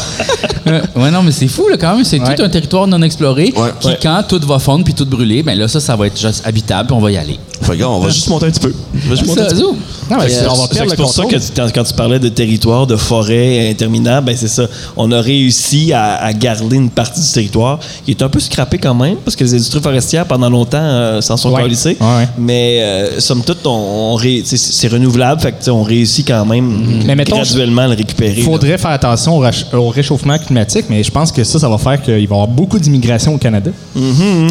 E: Euh, ouais, non, mais c'est fou, là, quand même. C'est
C: Ouais.
E: tout un territoire non exploré
A: Ouais.
E: qui,
A: Ouais.
E: quand tout va fondre puis tout brûler, ben là, ça, ça va être juste habitable puis on va y aller.
A: Fait que, gars, on va juste monter un petit peu. On va juste monter un
E: Ça,
A: petit peu.
E: zou.
C: Non, mais euh, c'est- on va
B: Fait que
C: perdre
B: C'est
C: le
B: pour ça
C: contrôle.
B: que tu- quand- quand tu parlais de territoire, de forêt interminable, ben c'est ça. On a réussi à, à garder une partie du territoire qui est un peu scrappé quand même, parce que les industries forestières, pendant longtemps, euh, s'en sont
C: Ouais.
B: collissées.
C: Ouais, ouais.
B: Mais euh, somme toute, on, on ré- tu sais, c'est c'est renouvelable, fait que, tu sais, on réussit quand même
C: Mm-hmm. Mais mettons,
B: graduellement à le récupérer.
C: Il faudrait faire attention au, rach- au réchauffement climatique, mais je pense que ça, ça va faire qu'il va y avoir beaucoup d'immigration au Canada.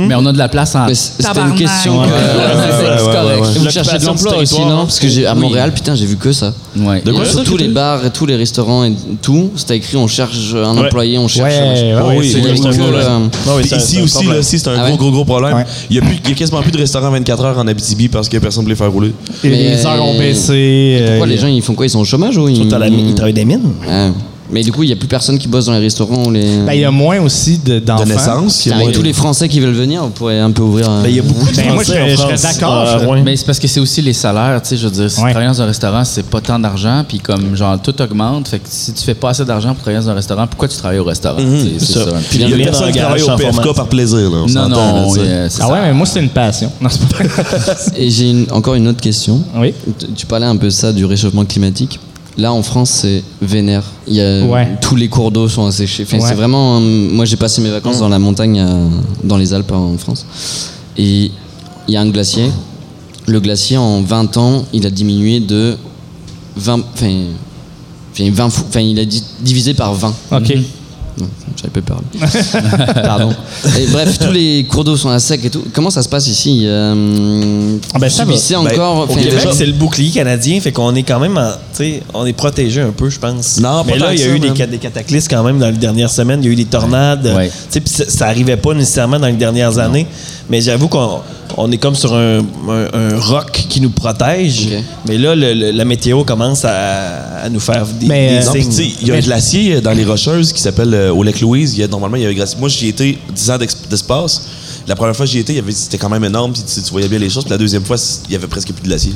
E: Mais on a de la place en.
D: Mais c- C'était une question.
E: Ouais,
D: euh,
E: ouais, c'est correct.
D: Vous cherchez de
B: L'occupation
D: l'emploi
B: du
D: aussi,
B: territoire,
D: non Parce que j'ai- à Montréal, putain, j'ai vu que ça.
E: Ouais.
D: Il y a
A: quoi,
D: sur
A: ça,
D: tous
A: que
D: les
A: t'as-
D: bars et tous les restaurants et tout, c'était écrit on cherche un employé, on cherche. un machin.
C: ouais,
A: oui,
D: c'est
A: oui,
D: juste
A: oui,
D: que,
A: oui.
D: euh,
B: Ah oui,
A: Puis
B: c'est un- c'est
A: ici
B: un
A: aussi,
B: problème.
A: là, si c'est un
D: Ah ouais?
A: gros, gros, gros problème.
C: Ouais.
A: Il y a plus- il y a quasiment plus de restaurants 24 heures en Abitibi parce qu'il y a personne pour les faire rouler.
C: Et
D: Mais-
C: les heures ont baissé. euh,
D: Pourquoi les gens ils font quoi Ils sont au chômage ou ils.
B: Surtout à la mi- ils travaillent des mines.
D: Ouais. Mais du coup, il n'y a plus personne qui bosse dans les restaurants. ou Les...
C: ben, il y a moins aussi de- d'enfants.
A: De naissance, il y a
D: Putain,
A: moins
D: avec tous
A: de-
D: les Français qui veulent venir, vous pourrez un peu ouvrir. euh,
B: Ben, Il y a beaucoup de
C: Ben, moi,
B: Français
C: je
B: en
C: serais- je
B: France.
C: serais d'accord,
B: Ah,
C: je-
B: ouais.
E: Mais c'est parce que c'est aussi les salaires, tu sais, je veux dire, si
C: Ouais.
E: tu travailles dans un restaurant, c'est pas tant d'argent, puis comme, genre, tout augmente, fait que si tu fais pas assez d'argent pour travailler dans un restaurant, pourquoi tu travailles au restaurant, tu sais, c'est ça.
B: Puis
A: Il y a
B: les
A: personne
B: gens
A: qui
B: dans le
A: travaille au
B: garage en
A: PFK par plaisir. Là, on
E: Non,
A: s'entend, là,
E: non,
A: tu sais.
E: euh, c'est
C: Ah
E: ça.
C: ouais, mais moi, c'est une passion. Non, c'est pas
D: Et j'ai une- encore une autre question.
C: Oui.
D: Tu- Tu parlais un peu ça du réchauffement climatique. Là, en France, c'est vénère. Il y a,
C: Ouais.
D: Tous les cours d'eau sont asséchés. Enfin,
C: Ouais. Mm.
D: C'est vraiment. euh, Moi, j'ai passé mes vacances dans la montagne, euh, dans les Alpes en France. Et il y a un glacier. Le glacier, en 20 ans, il a diminué de 20. Enfin, enfin, 20 fou- enfin, il a di- divisé par 20.
C: OK.
D: Non, J'avais peu peur. là. Pardon. Et bref, tous les cours d'eau sont à sec et tout. Comment ça se passe ici euh,
C: Ah ben,
D: vous
C: ça va.
D: subissez encore.
B: Au
D: enfin,
B: Québec,
D: déjà-
B: c'est le bouclier canadien, fait qu'on est quand même, en- tu sais, on est protégé un peu, je pense.
A: Non, pas
B: mais là,
A: tant
B: il y a
A: que ça,
B: eu des,
A: man.
B: ca- des cataclysmes quand même dans les dernières semaines. Il y a eu des tornades.
E: Ouais.
B: Tu sais, puis ça, ça arrivait pas nécessairement dans les dernières années. Mais j'avoue qu'on on est comme sur un, un, un roc qui nous protège.
D: Ok.
B: Mais là, le- le- la météo commence à, à nous faire des,
C: Mais,
B: des
C: euh,
A: Non, puis tu sais,
B: signes.
A: il y a un glacier euh, dans les Rocheuses qui s'appelle euh, au lac Louise. Il y a, normalement, il y avait un glacier. Moi, j'y étais 10 ans d'ex- d'espace. La première fois que j'y étais, il y avait- c'était quand même énorme. Puis tu, tu voyais bien les choses. Puis la deuxième fois, c- il y avait presque plus de glacier.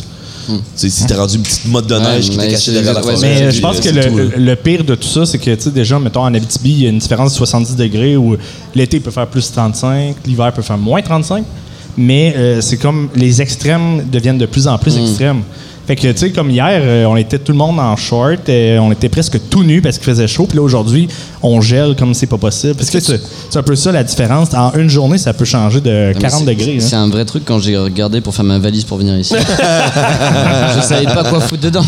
A: Tu sais, c'était rendu une petite motte de neige qui
D: Hmm. mais
A: était cachée
D: c'est-
A: derrière la
D: ouais,
A: forêt.
C: Mais
D: Ouais,
C: euh,
A: Puis,
C: je pense
A: euh,
C: que
A: c'est
C: le,
A: tout, là.
C: le pire de tout ça, c'est que, tu sais, déjà, mettons, en Abitibi, il y a une différence de 70 degrés où l'été peut faire plus 35, l'hiver peut faire moins 35, mais euh, c'est comme les extrêmes deviennent de plus en plus extrêmes. Fait que, tu sais, comme hier, euh, on était tout le monde en short, euh, on était presque tout nu parce qu'il faisait chaud, puis là, aujourd'hui, on gèle comme c'est pas possible. Parce que c'est c'est un peu ça la différence. En une journée, ça peut changer de
D: Non, mais
C: 40
D: c'est-
C: degrés. hein.
D: C'est un vrai truc quand j'ai regardé pour faire ma valise pour venir ici. je savais pas quoi foutre dedans.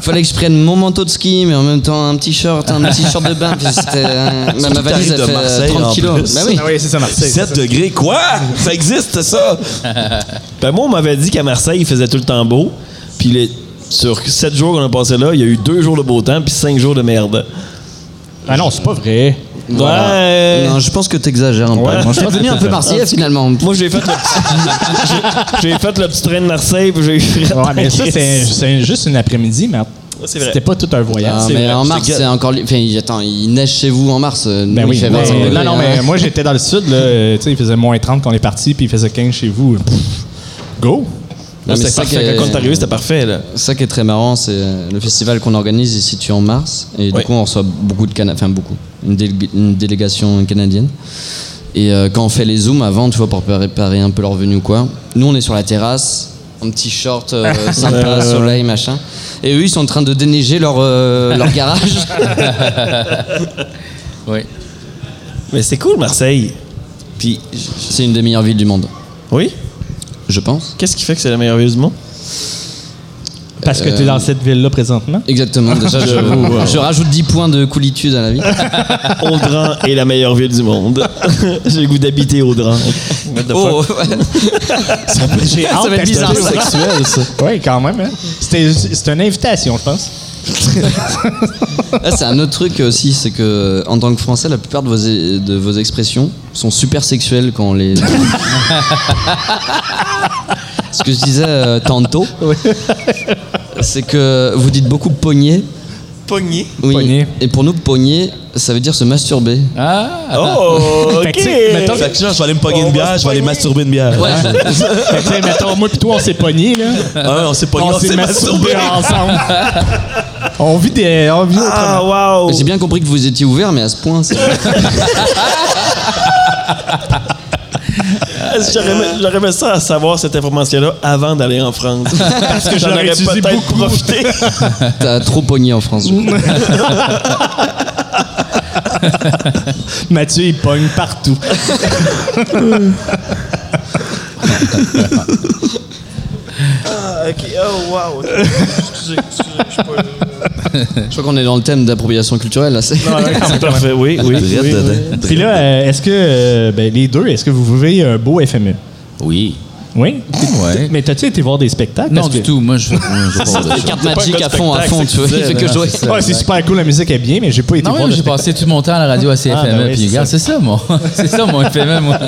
D: Fallait que je prenne mon manteau de ski, mais en même temps un petit short, un petit short de bain. puis c'était, euh, ma, ma valise
A: t'arrives
D: elle
A: de
D: fait euh,
A: Marseille, en
D: 30 kilos.
A: plus.
D: Bah oui.
C: Ah oui, c'est ça, Marseille.
A: 7 degrés, quoi? Ça existe, ça?
B: Ben moi, on m'avait dit qu'à Marseille, il faisait tout le temps beau. Puis les- sur 7 jours qu'on a passé là, il y a eu 2 jours de beau temps, puis 5 jours de merde.
C: Ah non, c'est pas vrai.
D: Voilà.
B: Ouais.
D: Non, je pense que t'exagères un peu.
C: Ouais, moi, je
D: je suis
C: pense
D: devenu
C: que
D: un peu
C: t'as-
D: marseillais finalement.
B: Moi, j'ai fait, le petit- j'ai j'ai fait le petit train de Marseille, puis j'ai eu
C: Ouais, mais ça, c'est c'est juste une après-midi, mais
B: C'est vrai.
C: c'était pas tout un voyage.
D: Ah,
C: C'est
D: mais
C: vrai.
D: en mars, c'est encore. li- Enfin, il- attends, il neige chez vous en mars. euh,
C: Ben
D: nous,
C: oui,
D: il fait 25
C: mais-
D: degrés,
C: non, non,
D: hein.
C: mais moi j'étais dans le sud, là, euh, tu sais, il faisait moins 30 quand on est parti, puis il faisait 15 chez vous. Pff, Go!
D: Non, mais
B: c'est
D: c'est ça
B: parfait.
D: que-
B: Quand t'es arrivé, c'était parfait. Là.
D: Ça qui est très marrant, c'est euh, le festival qu'on organise est situé en mars et
B: Ouais.
D: du coup on reçoit beaucoup de Canadiens, enfin beaucoup, une, délég- une délégation canadienne. Et euh, quand on fait les zooms avant, tu vois, pour préparer un peu leur venue ou quoi, nous on est sur la terrasse, en petit short euh, sympa, soleil, machin. Et eux ils sont en train de déneiger leur, euh, leur garage.
E: Oui.
B: Mais c'est cool, Marseille.
D: Puis c'est une des meilleures villes du monde,
B: Oui?
D: je pense.
B: Qu'est-ce qui fait que c'est la meilleure ville du monde?
C: Parce que t'es dans cette ville-là présentement.
D: Exactement, déjà je, je rajoute 10 points de coolitude à la vie.
B: Audran est la meilleure ville du monde. J'ai le goût d'habiter Audran. What the fuck?
D: Oh,
C: J'ai
D: Ça va être bizarre, ça.
C: sexuel, ça. oui, quand même. Hein. C'était c'était une invitation, je pense.
D: Ah, c'est un autre truc aussi, c'est que en tant que Français, la plupart de vos, e, de vos expressions sont super sexuelles quand on les. Ce que je disais euh, tantôt, c'est que vous dites beaucoup poignée.
B: Pogné.
D: Oui.
C: Poignée.
D: Et pour nous, poignée, ça veut dire se masturber.
E: Ah,
B: Oh,
C: Fait
B: ok.
C: que, tu sais, mettons-
A: Fait que là, je vais aller me pogner une bière, je vais aller masturber une bière.
D: Ouais,
C: Fait que, tu sais, mettons, moi puis toi, on s'est pognés, là.
A: Ah ouais, on s'est pogné, on s'est masturbé.
C: ensemble. on vit des. On vit
B: Ah,
C: autrement.
B: wow.
D: j'ai bien compris que vous étiez ouvert, mais à ce point, c'est-
B: J'aurais aimé- j'aurais aimé ça à savoir cette information-là avant d'aller en France. Parce que j'en
C: j'aurais
B: aurais
C: utilisé
B: peut-être
C: beaucoup.
B: profité.
D: t'as trop pogné en France. je crois.
C: Mathieu, il pogne partout.
B: Ah, ok. Oh, wow. Excusez, excusez, je suis pas...
D: Je crois qu'on est dans le thème d'appropriation culturelle. Là, c'est-
B: C'est parfait, oui, oui.
A: Direct
B: oui,
A: dedans.
B: oui.
C: Puis là, euh, est-ce que. euh, ben, les deux, est-ce que vous vivez un beau FME?
E: Oui.
C: Oui?
E: Ouais.
C: Mais t'as-tu été voir des spectacles?
E: Non,
C: Parce
E: du
C: que-
E: tout. Moi, je. je pense
D: Les cartes magiques à fond, à
B: spectacle,
D: fond, tu vois. Il fait que
E: non,
D: jouer.
E: c'est ça.
C: Ouais, c'est super cool, la musique est bien, mais j'ai pas été
E: Non,
C: voir
E: mais
C: le
E: j'ai
C: spectacle.
E: passé tout mon temps à la radio à CFME,
C: Ah, ben oui,
E: puis
C: c'est
E: regarde,
C: ça.
E: c'est ça, mon, c'est ça, mon FME, moi.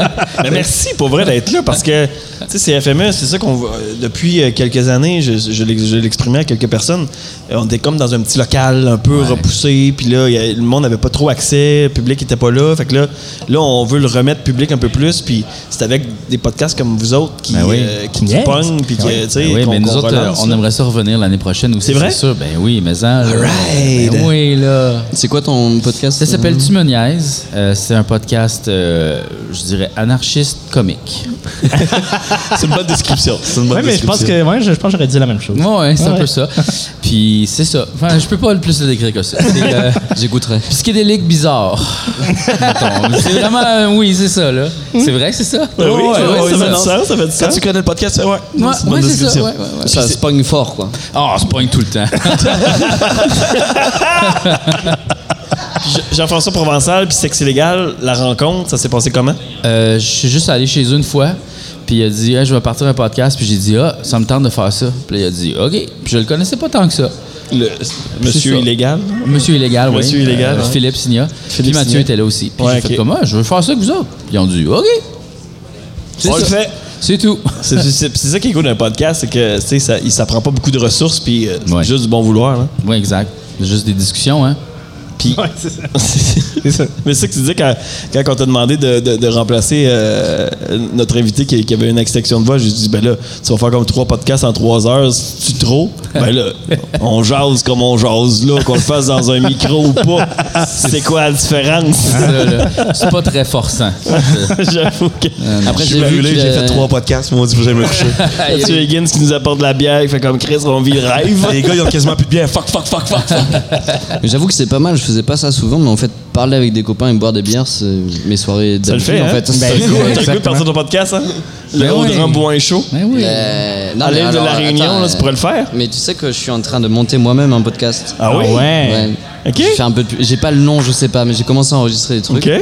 B: Mais merci pour vrai d'être là parce que, tu sais, c'est FME, c'est ça qu'on voit. euh, Depuis euh, quelques années, je, je l'ex- je l'exprimais à quelques personnes. euh, On était comme dans un petit local un peu repoussé, puis là, il y a- le monde n'avait pas trop accès, le public n'était pas là. Fait que là, là, on veut le remettre public un peu plus, puis c'est avec des podcasts comme vous autres qui,
E: Ben oui.
B: euh, qui, qui
C: Yes.
B: pognent, puis que, tu sais,
E: oui,
B: qu'on-
E: mais nous
B: qu'on
E: autres, euh,
B: relance,
E: on
B: là.
E: aimerait ça revenir l'année prochaine aussi.
B: C'est vrai?
E: sûr, ben oui, mais ça. là,
B: Alright.
E: ben oui, là.
D: C'est quoi ton podcast euh,
E: Ça s'appelle Tu me niaises. Euh, c'est un podcast, euh, je dirais, anarchiste comique.
A: C'est une bonne description. C'est une bonne
C: Ouais, mais je pense
A: description.
C: que ouais, je, je pense que j'aurais dit la même chose.
E: Ouais, ouais, c'est un
C: Ouais.
E: peu ça. Puis c'est ça. Enfin, je peux pas le plus le décrire que ça. C'est euh,
D: J'écouterai.
E: psychédélique bizarre. Mettons. c'est vraiment. euh, oui, c'est ça, là. C'est vrai, c'est ça?
B: Ah oui,
E: Ouais,
B: ah oui,
E: ouais,
B: ça fait
E: ça.
B: du sens, ça fait du
A: Quand
B: sens.
A: tu connais le podcast, ouais,
E: Ouais,
A: c'est une bonne
E: ouais, c'est ça.
A: description.
E: ouais, ouais, ouais.
D: Ça se pogne fort, quoi.
E: Ah, on se pogne tout le temps.
B: Je- Jean-François Provençal, puis Sexe illégal, la rencontre, ça s'est passé comment?
E: Euh, je suis juste allé chez eux une fois, puis il a dit Hey, Je vais partir un podcast, puis j'ai dit Ah, ça me tente de faire ça. Puis là, il a dit OK. Puis je le connaissais pas tant que ça.
B: Le, monsieur
E: ça.
B: illégal?
E: Monsieur Illégal, oui. Euh,
B: Monsieur Illégal, ouais.
E: Philippe Signa.
B: Philippe
E: puis Mathieu
B: Signa.
E: était là aussi. Puis
B: Ouais,
E: j'ai fait
B: ok.
E: comme Ah, je veux faire ça avec vous autres. Ils ont dit OK. C'est
B: On le
E: ça.
B: fait.
E: C'est tout.
B: C'est c'est- c'est ça qui est cool d'un podcast, c'est que tu sais, ça, il s'apprend pas beaucoup de ressources puis euh, c'est
E: Ouais.
B: juste du bon vouloir. là.
E: Oui, exact. Juste des discussions, hein.
B: Puis,
C: Ouais, c'est ça. ça.
B: mais c'est ça que tu disais quand, quand on t'a demandé de, de- de remplacer euh, notre invité qui, qui avait une extinction de voix, j'ai dit ben là, tu vas faire comme trois podcasts en trois heures, c'est-tu trop? Ben là, on jase comme on jase là, qu'on le fasse dans un micro ou pas, c'est quoi la différence?
E: Ça, là, C'est pas très forçant.
B: J'avoue que.
D: Après,
A: Euh, Je suis
D: j'ai vu que
A: brûlé, j'ai
D: le-
A: fait trois podcasts, moi, dit faut que j'aille me coucher.
E: Aïe,
B: Mathieu
E: aïe.
B: Higgins qui nous apporte de la bière, il fait comme Chris, on vit le rêve.
A: Les gars, ils ont quasiment plus de bière. Fuck, fuck, fuck, fuck. fuck.
D: Mais J'avoue que c'est pas mal, je faisais pas ça souvent, mais en fait, parler avec des copains et boire des bières, c'est mes soirées
B: Ça le
D: d'habitude,
B: fait,
D: en
B: hein?
D: fait.
A: Ben,
B: T'as
D: C'est-
B: le goût- t'as le goût de
C: exactement.
B: partir ton podcast, hein? Le
E: Ben
B: haut
E: oui.
B: de Rambo est chaud.
E: Ben oui.
D: Euh, non,
B: À
D: mais
B: l'aide de
D: alors,
B: la réunion,
D: attends, euh,
B: là, tu pourrais le faire.
D: Mais tu sais que je suis en train de monter moi-même un podcast.
B: Ah oui?
D: Ouais.
B: Ok.
D: J'ai fait un peu de pu- J'ai pas le nom, je sais pas, mais j'ai commencé à enregistrer des trucs.
B: Ok.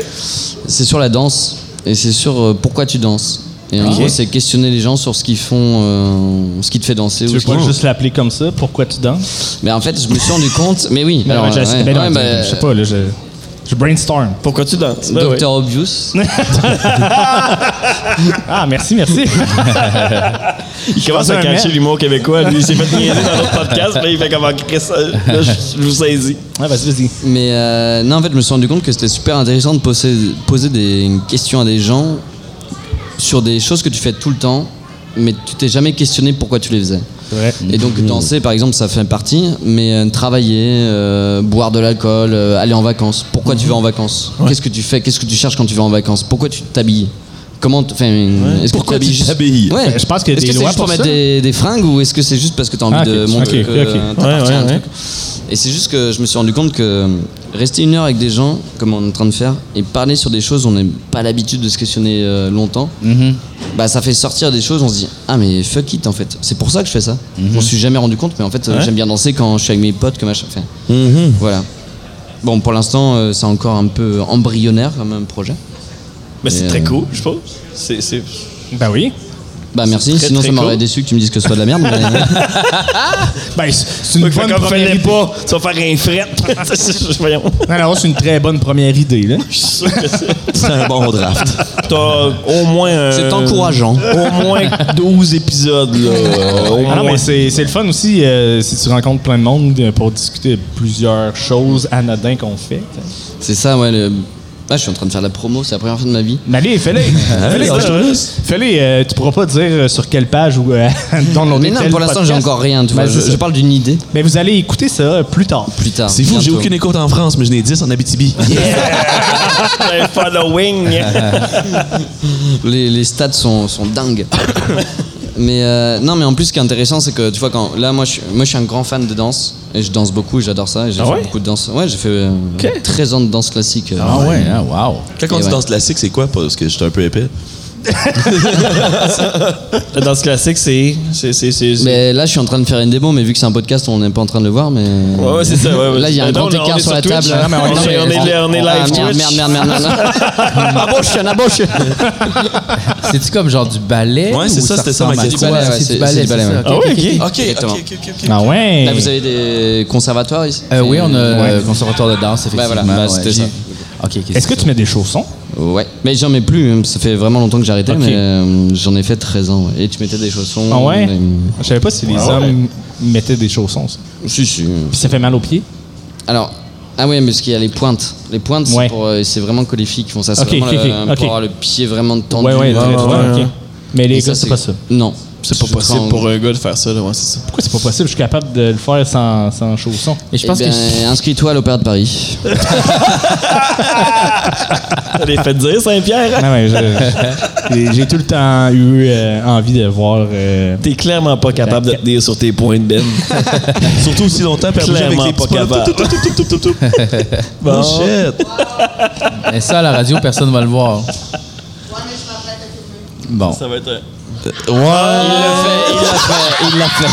D: C'est sur la danse et c'est sur euh, pourquoi tu danses. Et en
B: Ok.
D: gros, c'est questionner les gens sur ce qu'ils font, euh, ce qui te fait danser.
C: Tu
D: ou
C: veux
D: ce qui-
C: pas juste l'appeler comme ça? Pourquoi tu danses?
D: Mais en fait, je me suis rendu compte. Mais oui. alors,
C: Ben, je-
D: ouais,
C: ben non,
D: ouais, bah,
C: je sais pas, là, je, je brainstorm.
B: Pourquoi tu danses? Ben
D: Dr Obvious.
C: Ah, merci, merci.
B: oui. Il commence à
C: pensais à un
B: cacher
C: mec.
B: l'humour québécois. Lui, il s'est fait niaiser dans notre podcast. Puis il fait comme Ah, Chris. euh, Là, je je vous saisis.
C: ah, vas-y, vas-y.
D: Mais euh, non, en fait, je me suis rendu compte que c'était super intéressant de poser, poser des questions à des gens sur des choses que tu fais tout le temps, mais tu t'es jamais questionné pourquoi tu les faisais.
C: Ouais.
D: Et donc danser, par exemple, ça fait partie, mais euh, travailler, euh, boire de l'alcool, euh, aller en vacances. Pourquoi tu vas en vacances Qu'est-ce que tu fais Qu'est-ce que tu cherches quand tu vas en vacances Pourquoi tu t'habilles Comment t- enfin, est-ce que
A: Pourquoi
D: t'habilles
A: tu
D: juste-
A: t'habilles
D: Ouais.
C: Ben, je pense qu'il y a
D: Est-ce
C: des
D: que c'est
C: lois
D: juste pour
C: pour
D: mettre
C: ça.
D: des, des fringues ou est-ce que c'est juste parce que tu as envie
C: Ah,
D: de
C: ok,
D: montrer
C: ok,
D: que
C: ok, ok.
D: euh, t'appartiens à un truc et c'est juste que je me suis rendu compte que rester une heure avec des gens, comme on est en train de faire, et parler sur des choses, on n'a pas l'habitude de se questionner euh, longtemps,
B: Mhm.
D: bah ça fait sortir des choses, on se dit Ah, mais fuck it en fait. C'est pour ça que je fais ça.
B: Mhm.
D: Je m'en suis jamais rendu compte, mais en fait, euh, j'aime bien danser quand je suis avec mes potes, que machin. Enfin,
C: Mhm.
D: Voilà. Bon, pour l'instant, euh, c'est encore un peu embryonnaire comme un projet.
B: Mais c'est
D: Et,
B: très
D: euh,
B: cool, je pense. C'est. c'est-
C: Ben oui.
D: Bah merci,
B: très,
D: sinon
B: très
D: ça m'aurait
B: cool.
D: déçu que tu me dises que ce soit de la merde. mais-
C: Ben, c'est
B: Fait
C: une
B: que
C: bonne
B: Comme
C: première
B: fallait
C: idée.
B: pas, tu vas faire un fret. Voyons.
C: Non, non, c'est une très bonne première idée, là.
B: Je suis sûr que c'est-
A: C'est un bon draft.
B: T'as Euh, au moins. un-
D: C'est encourageant.
B: Au moins 12 épisodes, là. euh, Au
C: Ah non,
B: moins.
C: mais c'est c'est le fun aussi euh, si tu rencontres plein de monde euh, pour discuter de plusieurs choses anodines qu'on fait. t'sais.
D: C'est ça, ouais. Le... Ah, je suis en train de faire de la promo, c'est la première fois de ma vie.
C: Mais allez, fais-les!
D: Ah,
C: fais-les,
B: ouais, ouais.
C: Fais-les, euh, tu pourras pas dire euh, sur quelle page ou euh, downloader
D: Mais non,
C: tel
D: pour l'instant, j'ai
C: podcast.
D: encore rien.
B: Bah,
D: Tu vois,
C: Ben,
D: je,
C: c'est ça.
D: je parle d'une idée
C: Mais vous allez écouter ça euh, plus tard.
D: plus tard.
A: C'est fou, j'ai
D: bientôt.
A: aucune écoute en France, mais je n'ai 10 en Abitibi.
B: Un following.
D: Les, les stats sont, sont dingues. mais euh, non, mais en plus, ce qui est intéressant, c'est que tu vois, quand là, moi je, suis- moi, je suis un grand fan de danse et je danse beaucoup, j'adore ça. et J'ai
B: Ah
D: fait
B: ouais?
D: beaucoup de danse. Ouais, j'ai fait euh, 13 ans de danse classique. euh,
E: Ah ouais, ah, wow.
A: Quand on
D: Et
A: dit
D: ouais.
A: danse classique, c'est quoi? Parce que j'étais un peu épais.
B: La danse classique, c'est. c'est- c'est- c'est- c'est-
D: Mais là, je suis en train de faire une démo, mais vu que c'est un podcast, on n'est pas en train de le voir. Mais
B: Ouais, ouais, c'est ça. ouais, ouais.
D: là, il y a un
B: Mais non,
D: grand
B: on est- on
D: écart
B: est
D: sur la
B: Twitch.
D: table.
B: Non, mais on,
D: Non,
B: est,
D: mais-
B: on est- on est
D: Ah,
B: live
D: merde,
B: Twitch.
D: merde, merde, merde, merde, merde. Aboche, aboche.
E: C'est-tu comme genre du ballet?
A: Ouais, c'est
E: ou
A: ça, c'était ça ma
E: ressemble à
A: question.
E: quoi?
D: Ouais, ouais,
E: C'est
D: c'est-
E: du
D: c'est
E: ballet,
D: du ballet,
E: c'est ça.
D: ouais.
B: Ah
E: Ok,
B: ouais,
E: ok, ok.
A: Ok, ok,
D: Exactement.
A: ok, ok, ok.
C: Ah ouais!
D: Là, vous avez des conservatoires ici
E: Euh, oui, on a le conservatoire de danse, effectivement.
D: voilà, bah, c'était
E: ouais.
D: ça.
E: Ok, ok.
C: Est-ce que tu mets des chaussons?
D: Ouais, mais j'en mets plus. hein. Ça fait vraiment longtemps que j'ai arrêté,
C: Ok.
D: mais euh, j'en ai fait 13 ans. ouais. Et tu mettais des chaussons.
C: Ah ouais?
D: des-
C: Je savais pas si les hommes mettaient des chaussons. ça.
D: Si, si.
C: Puis ça fait mal aux pieds?
D: Alors, ah ouais, mais parce qu'il y a les pointes. Les pointes, c'est
C: Ouais.
D: pour, euh, c'est vraiment que les filles qui font ça. C'est
C: Ok,
D: vraiment
C: ok,
D: le-
C: ok,
D: pour
C: ok.
D: avoir le pied vraiment tendu.
C: Ouais, ouais, très,
D: Et
C: très,
B: ouais,
C: ok. Mais les
D: ça,
C: gars, c'est pas euh, ça.
D: Non. C'est pas possible pour eux.
B: un gars de faire ça, là, ouais, c'est ça.
C: Pourquoi c'est pas possible? Je suis capable de le faire sans, sans chaussons.
E: Et je
C: ben,
E: pense que.
D: Eh ben, Inscris-toi à l'Opéra de Paris.
B: Allez, faites dire, Saint-Pierre.
C: Non, mais Ah je- j'ai- j'ai tout le temps eu euh, envie de voir. euh,
B: T'es clairement pas capable de tenir sur tes points de Ben.
A: Surtout aussi longtemps, puis à bouger avec
B: Clairement
A: les
B: pas
A: petits pas.
B: capable.
A: Tout, tout, tout, tout, tout, tout, tout.
B: Bon.
A: Oh shit!
E: Mais ça, à la radio, personne va le voir. Bon.
B: Ça va être euh, un-
A: Oh,
D: Il l'a fait.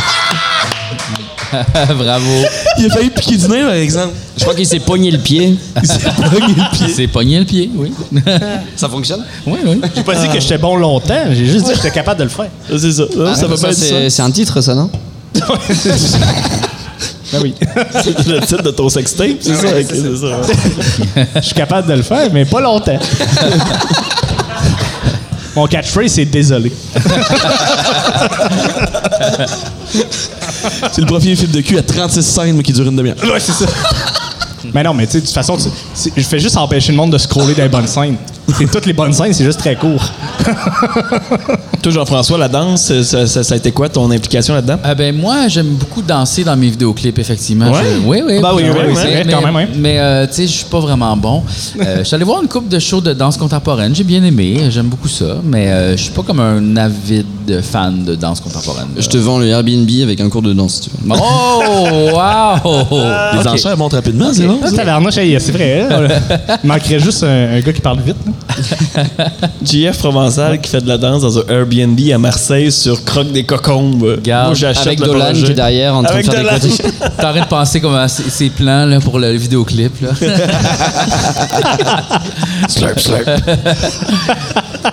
E: Bravo.
A: Il a failli piquer du nez, par exemple.
D: Je crois qu'il s'est pogné le pied.
E: C'est pogné le pied, oui.
D: Ça fonctionne
E: Oui, oui.
C: J'ai pas
E: Ah.
C: dit que j'étais bon longtemps, j'ai juste dit que j'étais capable de le faire.
B: C'est ça. Non,
C: Ah,
B: ça va pas être ça.
D: Ah, C'est c'est un titre, ça,
C: Euh.
D: non
C: Ben oui.
B: C'est le titre de ton sextape, c'est ça? Ok, c'est ça.
C: Je suis capable de le faire, mais pas longtemps. Mon catchphrase, c'est désolé.
A: C'est le premier film de cul à 36 scènes, mais qui dure une demi-heure.
C: Ouais, c'est ça. Mais non, mais tu sais, de toute façon, tu- c'est- je fais juste empêcher le monde de scroller dans les bonnes scènes. C'est toutes les bonnes scènes, c'est juste très court.
B: Toi, Jean-François, la danse, euh, ça, ça- ça a été quoi ton implication là-dedans?
E: Ah ben moi, j'aime beaucoup danser dans mes vidéoclips, effectivement.
B: Ouais?
E: Je- oui, oui.
B: Bah oui,
E: Mais-
B: oui, oui,
E: mais-
B: c'est
C: vrai, quand
E: mais-
C: même, oui.
E: Mais euh, tu sais, je suis pas vraiment bon. Euh, je suis allé voir une coupe de shows de danse contemporaine. J'ai bien aimé. J'aime beaucoup ça. Mais euh, je suis pas comme un avide fan de danse contemporaine.
D: Je te vends le Airbnb avec un cours de danse, tu vois.
E: Oh, wow!
A: Les
E: Ok.
A: enchères montent rapidement, c'est bon?
C: Ah, tabarnouche, hey, c'est vrai. hein? Il manquerait juste un, un gars qui parle vite. là.
B: JF Provençal qui fait de la danse dans un Airbnb à Marseille sur Croque des Cocombes.
E: Garde,
B: Moi, j'achète
D: avec
B: le
D: Dolan
B: projet.
D: qui est derrière en train
B: Avec
D: de faire des
B: Dolan.
D: croquis.
E: Ah, T'es en train de penser comme à ces ces plans là, pour le vidéoclip. Là.
A: Slurp, slurp.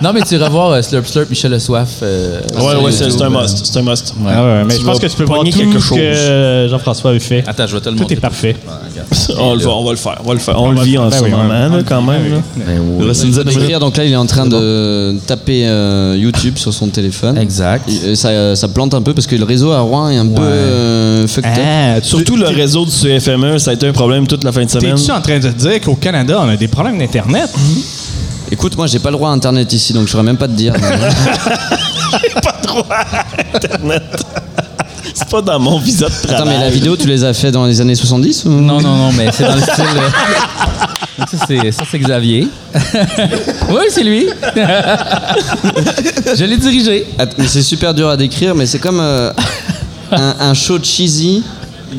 E: non, mais tu iras voir euh, Slurp Slurp, Michel Le Soif. euh,
B: Ouais,
E: sur
B: ouais, c'est
E: YouTube,
B: c'est un
E: euh,
B: must. C'est un must.
E: Ouais.
C: Ah ouais, mais
B: Tu
C: je pense
B: vas
C: que tu peux voir
B: pogner
C: tout
B: quelque
C: ce que Jean-François avait fait.
E: Attends, je vais te le
C: Tout
E: montrer.
C: est parfait.
B: On, le va, on va le faire. On, va le faire. on le vit en
C: Ben
B: ce
C: oui,
B: moment,
C: ouais.
B: là, quand même. là.
E: Ben oui.
A: Reste une dizaine de minutes.
D: Décrire, donc là, il est en train de taper euh, YouTube sur son téléphone.
E: Exact.
D: Et, euh, ça, ça plante un peu parce que le réseau à Rouen est un peu euh, fucked up.
E: Hein
C: Ah,
B: Surtout le réseau du CFME, E, ça a été un problème toute la fin de semaine.
C: T'es-tu en train de dire qu'au Canada, on a des problèmes d'Internet?
D: Écoute, moi, j'ai pas le droit à Internet ici, donc je saurais même pas te dire.
B: C'est pas dans mon visa de travail.
D: Attends, mais la vidéo, tu les as fait dans les années 70 ou...
E: Bah, Non, non, non, mais c'est dans le style. euh, donc ça, c'est, ça, c'est Xavier. oui, c'est lui. je l'ai dirigé.
D: Att- mais C'est super dur à décrire, mais c'est comme euh, un, un show cheesy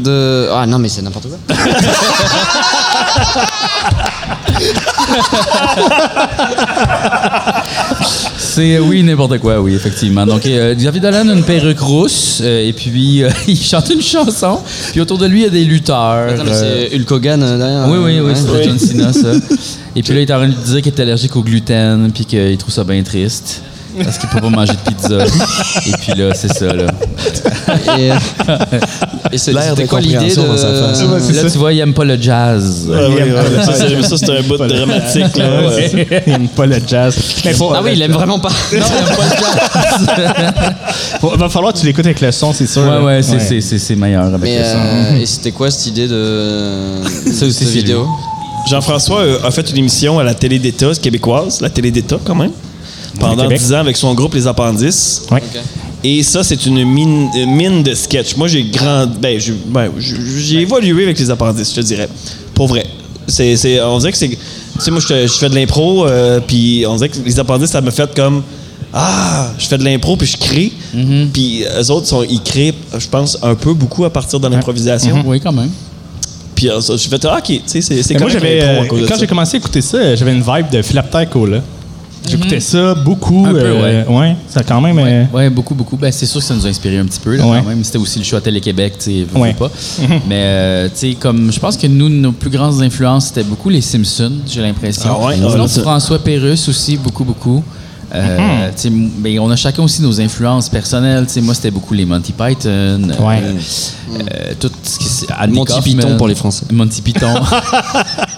D: de. Ah non, mais c'est n'importe quoi.
E: C'est euh, oui, n'importe quoi, oui, effectivement. Donc, euh, Xavier Dolan a une perruque rousse, euh, et puis euh, il chante une chanson, puis autour de lui, il y a des lutteurs.
D: Attends, mais
E: euh,
D: c'est Hulk Hogan euh, derrière.
E: Oui, oui,
D: euh,
E: oui,
D: ouais.
E: c'était John Cena, ça. Et puis là, il est en train de dire qu'il est allergique au gluten, puis qu'il trouve ça bien triste. Parce qu'il peut pas manger de pizza. Et puis là, c'est ça, là.
D: Et, euh, et c'est-
A: L'air
D: c'était quoi l'idée
A: d'incompréhension
D: de.
A: dans sa face.
D: Ouais,
E: Là, tu vois, il aime pas le jazz.
B: Ah oui, ouais, ça, c'est- ça, c'est un bout dramatique. Là, ouais.
C: il aime pas le jazz. Mais faut-
D: Ah oui, il aime vraiment pas.
E: Non, il aime pas le jazz.
C: faut- va falloir que tu l'écoutes avec le son, c'est sûr.
E: Ouais, ouais, c'est, c'est- c'est- c'est meilleur avec
D: Mais
E: le son.
D: euh, et c'était quoi cette idée de.
E: Ça aussi,
D: cette
E: c'est
D: vidéo
B: Jean-François euh, a fait une émission à la télé d'État québécoise, la télé d'État quand même, pendant
C: Québec.
B: 10 ans avec son groupe Les Appendices.
C: Ouais.
B: Et ça, c'est une mine, euh, mine de sketch. Moi, j'ai grand, ben, j'ai ben, j'ai- j'ai évolué avec les appendices, je te dirais. Pour vrai. C'est, c'est- on dirait que c'est. Tu sais, moi, je te- je fais de l'impro, euh, puis on dirait que les appendices, ça me fait comme. Ah, je fais de l'impro, puis je crée.
C: Mm-hmm.
B: Puis eux autres, sont, ils créent, je pense, un peu beaucoup à partir de l'improvisation.
E: Oui, quand même.
B: Puis euh, ça, je fais, ah, ok, tu sais, c'est, c'est
C: Mm-hmm. Mais moi,
B: correct,
C: j'avais,
B: l'impro, à
C: euh,
B: cause de
C: quand
B: ça.
C: j'ai commencé à écouter ça, euh, j'avais une vibe de Philip Tycho, là. J'écoutais ça beaucoup.
E: Mhm. Un peu,
C: euh, ouais, ça quand même. euh,
E: Ouais, beaucoup, beaucoup. Ben, c'est sûr que ça nous a inspiré un petit peu, là,
C: Ouais.
E: quand même. C'était aussi le show à Télé-Québec, tu sais, veux, veux
C: Ouais.
E: pas. Mais, euh, tu sais, comme, je pense que nous, nos plus grandes influences, c'était beaucoup les Simpsons, j'ai l'impression.
B: Ah ouais?
E: Sinon,
B: Ah ouais, ça-
E: François Pérusse aussi, beaucoup, beaucoup. Euh,
C: Mm-hmm.
E: tu sais, m- ben, on a chacun aussi nos influences personnelles. Tu sais, moi, c'était beaucoup les Monty Python. euh,
C: Ouais.
E: euh, tout ce qui c'est- Andy
D: Monty
E: Kaufman.
D: Python pour les Français.
E: Monty Python.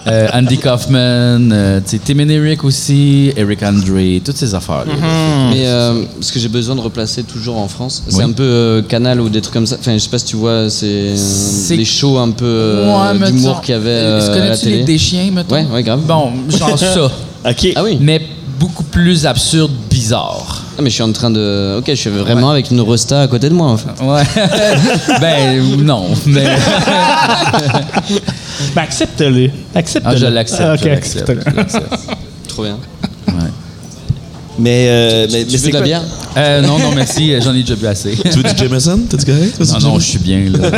E: Euh, Andy Kaufman, euh, tu sais, Tim and Eric aussi, Eric Andre, toutes ces affaires-là.
C: Mm-hmm.
D: Mais euh, ce que j'ai besoin de replacer toujours en France, c'est
E: Oui.
D: un peu euh, Canal ou des trucs comme ça. Enfin, je sais pas si tu vois, c'est euh,
E: C'est-
D: les shows un peu euh,
E: Ouais, mettons,
D: d'humour qu'il y avait
E: euh,
D: euh, à la
E: connais-tu les
D: télé.
E: déchiens, mettons?
D: Ouais, ouais, grave.
E: Bon, genre ça.
B: Ok.
D: Ah oui.
E: Mais beaucoup plus absurde, bizarre.
D: Ah, mais je suis en train de. Ok, je suis vraiment avec une rosta à côté de moi. en fait.
E: Ouais. ben, non. Mais
C: Ben, accepte-le. Accepte-le.
E: Ah, je l'accepte.
C: Ah,
E: je
C: ok,
E: l'accepte,
C: accepte-le.
E: je l'accepte.
D: Trop bien.
B: Mais, euh, mais, mais
D: Tu
B: c'est
D: veux de la
B: quoi-
D: bière
E: Euh, non, non, merci. euh, J'en ai déjà bu assez. Ah,
A: Tu veux du Jameson? T'es-tu correct?
E: Non, non, je suis bien, là.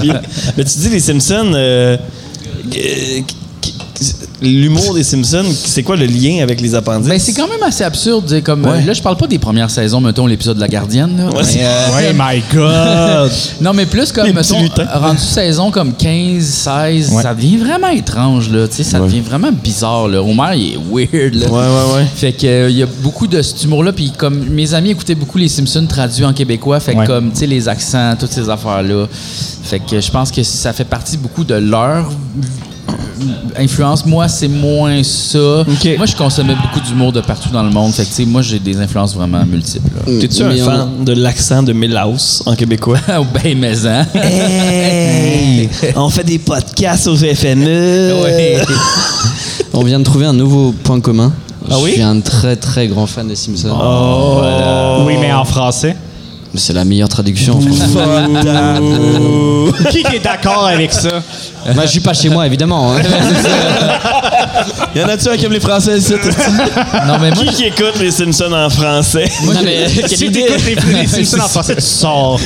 B: Bien. Mais tu dis les Simpsons. euh, euh, qui- qui- L'humour des Simpsons, c'est quoi le lien avec les appendices?
E: Mais c'est quand même assez absurde. tu sais, Comme, euh, là, je parle pas des premières saisons, mettons l'épisode de La Gardienne. Là, mais, euh,
C: Ouais, my God.
E: Non, mais plus comme,
B: Les
E: mettons,
B: petits lutins.
E: rendu saison comme 15, 16,
C: Ouais.
E: ça devient vraiment étrange, là. Tu sais, ça devient vraiment bizarre, là. Homer, il est weird, là.
B: Ouais, ouais, ouais.
E: Fait que, euh, il y a beaucoup de cet humour-là. Puis, comme mes amis écoutaient beaucoup les Simpsons traduits en québécois, fait que,
C: Ouais.
E: comme, tu sais, les accents, toutes ces affaires-là. Fait que je pense que ça fait partie beaucoup de leur influence, moi, c'est moins ça.
B: Ok.
E: Moi, je consommais beaucoup d'humour de partout dans le monde. Fait que, tu sais, moi, j'ai des influences vraiment multiples. là.
B: T'es-tu un
D: Mais on-
B: fan de l'accent de Milhouse en québécois?
E: Oh, ben, mais hein?
B: Eh! Hey! On fait des podcasts au FME!
E: Ouais.
D: On vient de trouver un nouveau point commun.
B: Ah
D: je
B: oui
D: suis un très très grand fan des Simpsons.
E: Oh.
C: Oui, mais en français.
D: C'est la meilleure traduction en français.
B: Mm.
C: Qui qui est d'accord avec ça?
D: Moi, je suis pas chez moi, évidemment. hein.
A: Y en a-tu un qui aime les Français ici?
E: Non, mais moi,
B: Qui qui écoute les Simpsons en français?
D: Non, mais quelle
C: Si
D: idée.
C: t'écoutes les, les Simpsons en français, tu sors.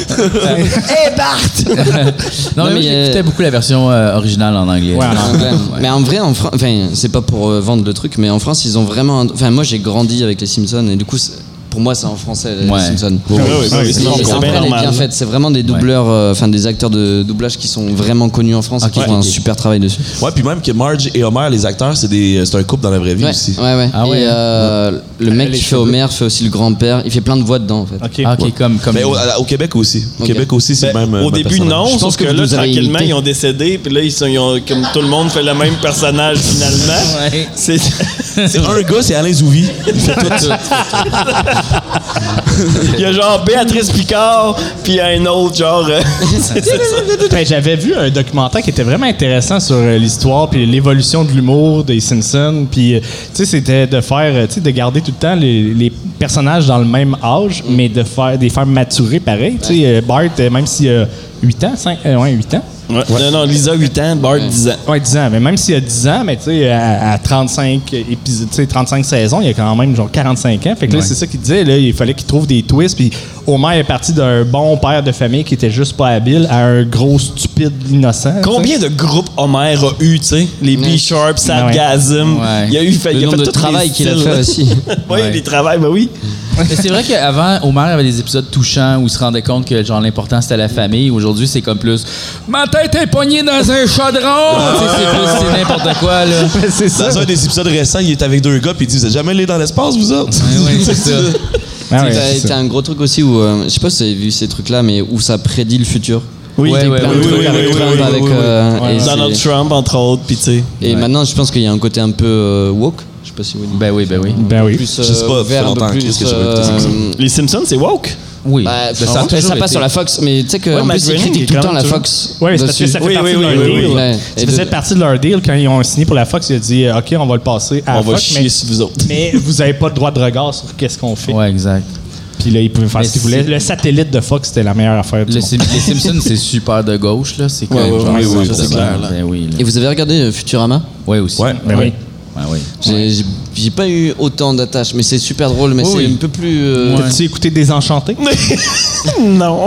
E: non, mais
D: mais
E: moi,
D: il y a-
E: j'écoutais beaucoup la version euh, originale en anglais.
C: Ouais, en
D: En anglais. Mais en vrai, en Fran- enfin, c'est pas pour euh, vendre le truc, mais en France, ils ont vraiment. un- Enfin, moi, j'ai grandi avec les Simpsons et du coup, c'est- pour moi, c'est en français les
E: Ouais.
D: Simpsons.
B: oui, oui,
D: Ah C'est
B: non, c'est bien normal.
D: bien fait. C'est vraiment des doubleurs, euh, enfin des acteurs de doublage qui sont vraiment connus en France
E: Ok,
D: et qui font
E: ok.
D: un super travail dessus.
A: Ouais, puis même que Marge et Homer, les acteurs, c'est des, euh, c'est un couple dans la vraie vie
D: Ouais,
A: aussi.
D: ouais, ouais.
E: Ah ouais.
D: Et euh, le mec
C: les
D: qui fait
C: cheveux.
D: Homer fait aussi le grand-père. Il fait plein de voix dedans en fait.
C: OK.
E: Ah, ok, comme. comme
A: Mais Ben, au, à- au Québec aussi. Au
D: Ok.
A: Québec aussi, c'est
B: Ben,
A: le même. euh,
B: au
A: même
B: début,
A: personnage.
B: non,
D: Je
B: sauf
D: pense
B: que,
D: que vous
B: là,
D: nous avez
B: tranquillement,
D: imité.
B: ils ont décédé, puis là, ils, sont, ils ont, comme tout le monde, fait le même personnage finalement.
E: Ouais.
B: C'est
A: C'est un gars, c'est Alain Zouvi.
B: Il y a genre Béatrice Picard, puis un autre genre. euh, c'est- c'est ça.
C: Ben, J'avais vu un documentaire qui était vraiment intéressant sur euh, l'histoire puis l'évolution de l'humour des Simpsons. Puis, euh, tu sais, c'était de faire, euh, tu sais, de garder tout le temps les, les personnages dans le même âge, mais de faire, des faire maturer pareil. Tu sais, euh, Bart, euh, même s'il a 8 ans, 5, euh, ouais, 8 ans.
B: Non, non, Lisa 8 ans, Bart 10 ans.
C: Ouais, 10 ans. Mais même s'il a 10 ans, mais tu sais, à, à 35 épisodes, tu sais, 35 saisons, il y a quand même genre 45 ans. Fait que là, c'est ça qu'il disait, là, il fallait qu'il trouve des twists. Puis Homer est parti d'un bon père de famille qui était juste pas habile à un gros stupide innocent. tu sais.
B: Combien de groupes Homer a eu, tu sais? Les B-Sharp, Sadgasm.
E: Ouais.
B: Il y a eu fait,
D: Ah Le
B: il a fait
D: nombre de
B: tous les
D: travail qu'il a
B: styles, là.
D: fait aussi.
B: Oui,
E: Ouais.
B: les travails, ben oui.
E: Mais c'est vrai qu'avant, Homer avait des épisodes touchants où il se rendait compte que genre l'important c'était la famille. Aujourd'hui, c'est comme plus Ma tête est poignée dans un chaudron! Tu sais, c'est plus c'est n'importe quoi là.
C: Mais Ben, c'est ça.
A: Dans un des épisodes récents, il est avec deux gars, puis il dit Vous êtes jamais allé dans l'espace, vous autres
E: Ouais, ouais, c'est ça.
C: Ah ouais,
D: T'as-
C: c'est ça.
D: T'as un gros truc aussi où, euh, je sais pas si vous avez vu ces trucs-là, mais où ça prédit le futur.
E: Oui, ouais, ouais,
D: Plein de
E: ouais.
D: trucs
B: oui,
D: avec
B: oui,
D: Trump,
B: oui,
D: avec, euh, et
B: Donald
D: c'est-
B: Trump, entre autres, puis tu sais.
D: Et maintenant, je pense qu'il y a un côté un peu euh, woke. Je sais pas si vous dites.
E: Ben oui, ben oui.
C: Ben oui.
D: Plus,
A: Je sais pas, ça fait
D: ouvert, un peu
A: longtemps,
D: plus,
A: qu'est-ce que j'aurais écouté, c'est ça.
D: euh,
B: Les Simpsons, c'est woke.
E: Oui.
D: bah,
E: Ben,
D: ça,
E: a toujours
D: passe
E: été.
D: sur la Fox, mais tu sais que
B: Ouais,
D: en
B: Matt
D: plus, ils
B: Groening
D: critiquent
B: est
D: tout le temps
B: crème,
D: la
B: tu
D: Fox.
C: Oui, c'est parce que
D: dessus.
C: ça fait
B: Oui,
C: partie
B: oui,
C: de leur
B: oui,
C: deal.
B: oui,
D: oui.
C: Ça
D: Et
C: faisait
D: de-
C: partie de leur deal quand ils ont signé pour la Fox. Ils ont dit euh, OK, on va le passer à
B: On
C: la
B: va
C: Fox,
B: chier
C: mais,
B: sur vous autres.
C: mais vous n'avez pas de droit de regard sur qu'est-ce qu'on fait.
E: Ouais, exact.
C: Puis là, ils pouvaient faire
E: Mais
C: ce qu'ils voulaient.
E: c'est-
C: Le satellite de Fox, c'était la meilleure affaire du
E: Le
C: monde. Ben
E: Sim- les Simpsons, c'est super de gauche, là. C'est quand
B: Ouais,
E: même
B: ouais,
E: genre,
B: oui, oui,
E: ça,
B: c'est
E: c'est
B: clair,
E: clair.
B: là.
E: Ben oui, là.
D: Et vous avez regardé euh, Futurama
E: Ouais, aussi.
A: Ouais,
C: Ben oui.
E: Ouais, oui.
D: J'ai j'ai- j'ai pas eu autant d'attaches, mais c'est super drôle, mais c'est un peu plus. euh,
C: T'as-tu écouté Désenchanté?
B: non.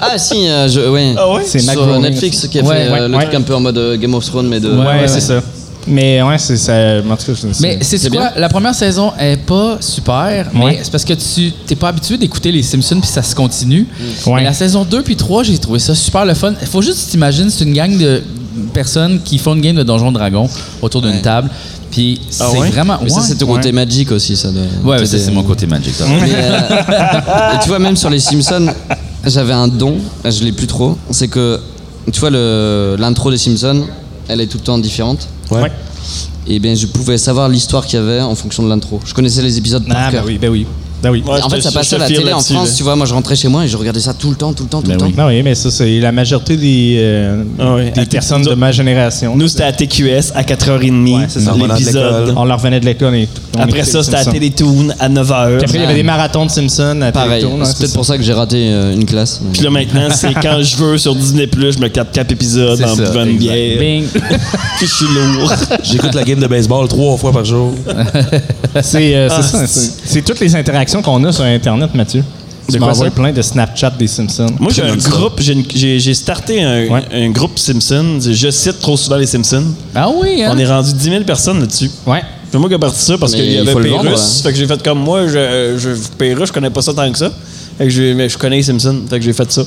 D: Ah si, euh, je, ouais.
B: Ah ouais?
C: Oh, C'est Matt
D: Sur euh,
C: Groening.
D: Netflix qui a
C: Ouais,
D: fait euh,
C: ouais,
D: le
C: ouais.
D: truc un peu en mode euh, Game of Thrones, mais de.
C: Ouais, c'est ça. Mais ouais, c'est ça. En tout cas, c'est-
E: Mais
C: c'est-
E: c'est quoi?
D: bien.
E: La première saison est pas super,
C: Ouais.
E: mais c'est parce que tu t'es pas habitué d'écouter les Simpsons puis ça se continue.
C: Ouais.
E: Mais la saison 2 puis 3, j'ai trouvé ça super le fun. Faut juste que tu t'imagines, c'est une gang de personnes qui font une game de Donjon Dragon autour d'une table. Puis c'est
B: ouais?
E: vraiment.
D: Mais ça,
E: ouais.
D: c'est ton côté Magic aussi, ça. De,
E: Ouais,
D: de-
E: ça, c'est mon côté Magic. ça.
D: Mais, euh, tu vois, même sur les Simpsons, j'avais un don, je l'ai plus trop, c'est que, tu vois, le- l'intro des Simpsons, elle est tout le temps différente.
A: Ouais.
D: Et bien, je pouvais savoir l'histoire qu'il y avait en fonction de l'intro. Je connaissais les épisodes par
C: Ah, ben
D: cœur.
C: oui, ben oui. Ben oui.
B: Ouais.
D: En
B: bah je
D: fait,
B: te- je
D: ça
B: te
D: passait à la
B: file
D: télé en
B: là-dessus,
D: France,
B: là. Bah
D: tu vois. Moi, je rentrais chez moi et je regardais ça tout le temps, tout le temps, tout le temps.
C: Ben oui, mais ça, c'est la majorité des, euh,
B: Ah ouais.
C: des
B: À-
C: personnes de ma génération.
B: Nous, c'était à TQS à 4h30,
C: Ouais, c'est ça.
B: l'épisode.
C: on leur revenait de l'école. et- on
B: Après
C: écoutait
B: ça,
C: les
B: c'était à
C: Simpsons.
B: Télétoon à 9h.
C: Puis après, il y avait des marathons de Simpson à
D: Pareil.
C: Télétoon, hein,
D: C'est
C: c'est
D: peut-être
C: ça.
D: pour ça que j'ai raté euh, une classe. mais-
B: Puis là, maintenant, c'est quand je veux sur Disney+, je me capte 4 épisodes
E: C'est
B: en
E: ça,
B: buvant une
E: exact.
B: bière.
E: Bing.
B: Puis je suis lourd.
A: J'écoute la game de baseball trois fois par jour.
C: C'est euh, c'est
B: Ah, c'est-
C: ça. C'est c'est toutes les interactions qu'on a sur Internet, Mathieu.
B: De
C: Tu
B: quoi
C: m'envoies
B: ça?
C: plein de Snapchat des Simpsons.
B: Moi, j'ai un groupe, j'ai une- j'ai j'ai starté un,
C: Ouais.
B: un groupe Simpsons. Je cite trop souvent les Simpsons.
E: Ah oui, hein?
B: On est rendu 10 000 personnes là-dessus.
C: Ouais.
B: C'est moi qui ai parti ça parce
D: Mais
B: qu'il y
D: il
B: avait
D: faut le
B: Pérus.
D: vendre, hein.
B: Fait que j'ai fait comme moi, je, je Pérus, je connais pas ça tant que ça. Fait que j'ai- mais je connais les Simpsons. Fait que j'ai fait ça.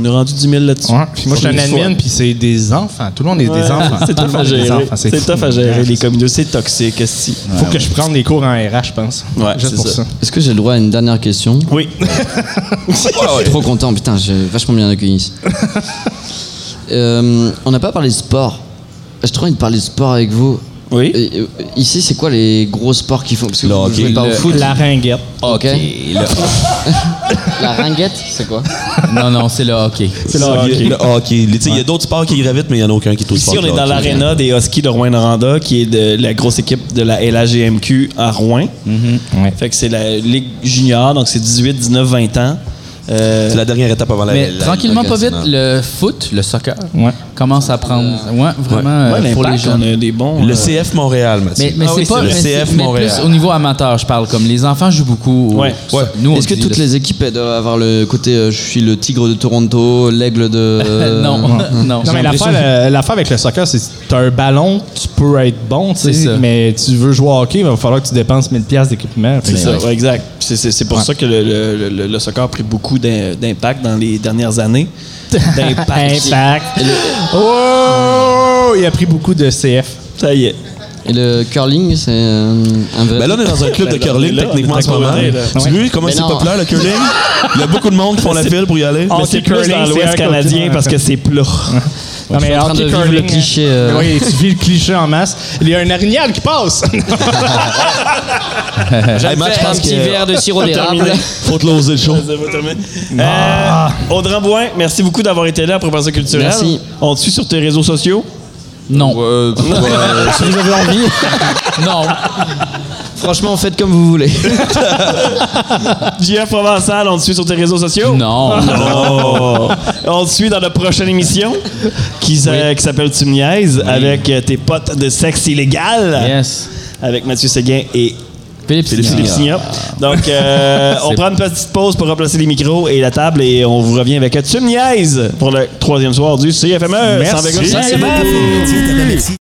B: On est rendu 10 000 là-dessus.
C: Ouais. Puis moi, je suis un
B: Une fois.
C: admin, puis c'est des enfants. Tout le monde est
B: Ouais,
C: des enfants.
B: C'est
C: Tout le
B: tough à
C: monde est des
B: gérer.
C: enfants,
B: C'est
C: fou.
B: tough à gérer les communautés. C'est toxique, esti.
C: Faut que je prenne des cours en RH, je pense.
B: Ouais, c'est
C: Juste pour
B: ça.
C: ça.
D: Est-ce que j'ai le droit à une dernière question
B: Oui.
D: Je suis trop content, putain, j'ai vachement bien accueilli ici. Euh, on n'a pas parlé de sport. Je trouve envie de parler de sport avec vous.
B: Oui.
D: Et, euh, ici, c'est quoi les gros sports qui font Parce que
A: Le
D: vous
A: hockey.
D: jouez pas au
A: Le-
D: foot.
C: La ringuette.
D: Ok. La ringuette, c'est quoi
E: Non, non, c'est le hockey.
B: C'est le hockey.
A: Le hockey. Tu sais, Il y a d'autres sports qui gravitent, mais il n'y en a aucun qui est aussi
B: Ici,
A: fort
B: on
A: que
B: est
A: le
B: dans
A: hockey.
B: l'aréna des Huskies de Rouen-Noranda, qui est de la grosse équipe de la LAGMQ à Rouen.
C: Ouais.
B: Fait que c'est la Ligue junior, donc c'est 18, 19, 20 ans. Euh,
A: C'est la dernière étape avant la.
E: Mais
A: la-
E: tranquillement,
A: la-
E: pas vite, le foot, le soccer,
C: Ouais.
E: commence à prendre. Ouais, vraiment,
B: ouais,
E: euh, pour
B: l'impact,
E: les jeunes.
B: on a des bons.
A: Le
B: euh,
A: CF Montréal, Mathieu.
E: Mais, mais
A: Ah
E: c'est
A: oui,
E: pas
A: le
E: mais c'est-
A: CF
E: mais
A: Montréal.
E: plus au niveau amateur, je parle. Comme les enfants jouent beaucoup. au-
B: Ouais.
E: au-
B: Ouais.
E: Nous, on
D: Est-ce que
E: dit
D: toutes
E: le-
D: les équipes elles doivent avoir le côté euh, je suis le tigre de Toronto, l'aigle de. euh,
E: non, non.
C: Non, mais l'affaire euh, l'affaire avec le soccer, c'est si t'as un ballon, tu peux être bon, tu sais,
E: C'est ça.
C: mais tu veux jouer au hockey, il va falloir que tu dépenses 1000$ piastres d'équipement.
B: C'est
C: Fait que-
B: ça, ouais, exact. Puis C'est, c'est- c'est pour ça que le, le- le- le soccer a pris beaucoup d'im- d'impact dans les dernières années. D'impact.
C: Impact. Oh! Il a pris beaucoup de CF.
B: ça y est.
D: Et le curling, c'est euh, un vrai.
A: Ben là, on est dans un club de
B: Ben là,
A: curling,
B: on est là,
A: techniquement,
B: on est
A: en ce moment.
B: à côté,
A: Tu
B: là.
A: vois comment
D: Mais
A: c'est
D: non.
A: populaire, le curling? Il y a beaucoup de monde qui font la file pour y aller.
B: Mais
C: Hockey
B: c'est plus
C: curling,
B: dans
C: c'est
B: l'Ouest
C: un
B: canadien
C: continent.
B: parce que c'est plat.
C: Non,
D: suis en train de vivre le cliché, euh.
C: Oui, tu vis le cliché en masse. Il y a un arignal qui passe.
A: Hey, Matt, je pense que-
D: de sirop d'érable.
A: Faut closer le show.
B: Euh, Audran Bouin, merci beaucoup d'avoir été là à Propension culturelle.
D: Merci.
B: On te suit sur tes réseaux sociaux.
E: Non.
D: euh, Si vous avez envie.
E: Non.
D: Franchement, faites comme vous voulez.
B: JF Provençal, on te suit sur tes réseaux sociaux.
E: Non.
B: Oh. On te suit dans la prochaine émission qui, s'a- qui s'appelle Tu me niaises avec euh, tes potes de sexe illégal.
E: Yes.
B: avec Mathieu Séguin et
E: Philippe, Signa.
B: Philippe Signa. Donc, euh, on prend une petite pause pour replacer les micros et la table et on vous revient avec Tu me niaises pour le troisième soir du CFME.
C: Merci.
B: Sans Vegas.
C: Merci
B: Bye.
G: Métier de la métier.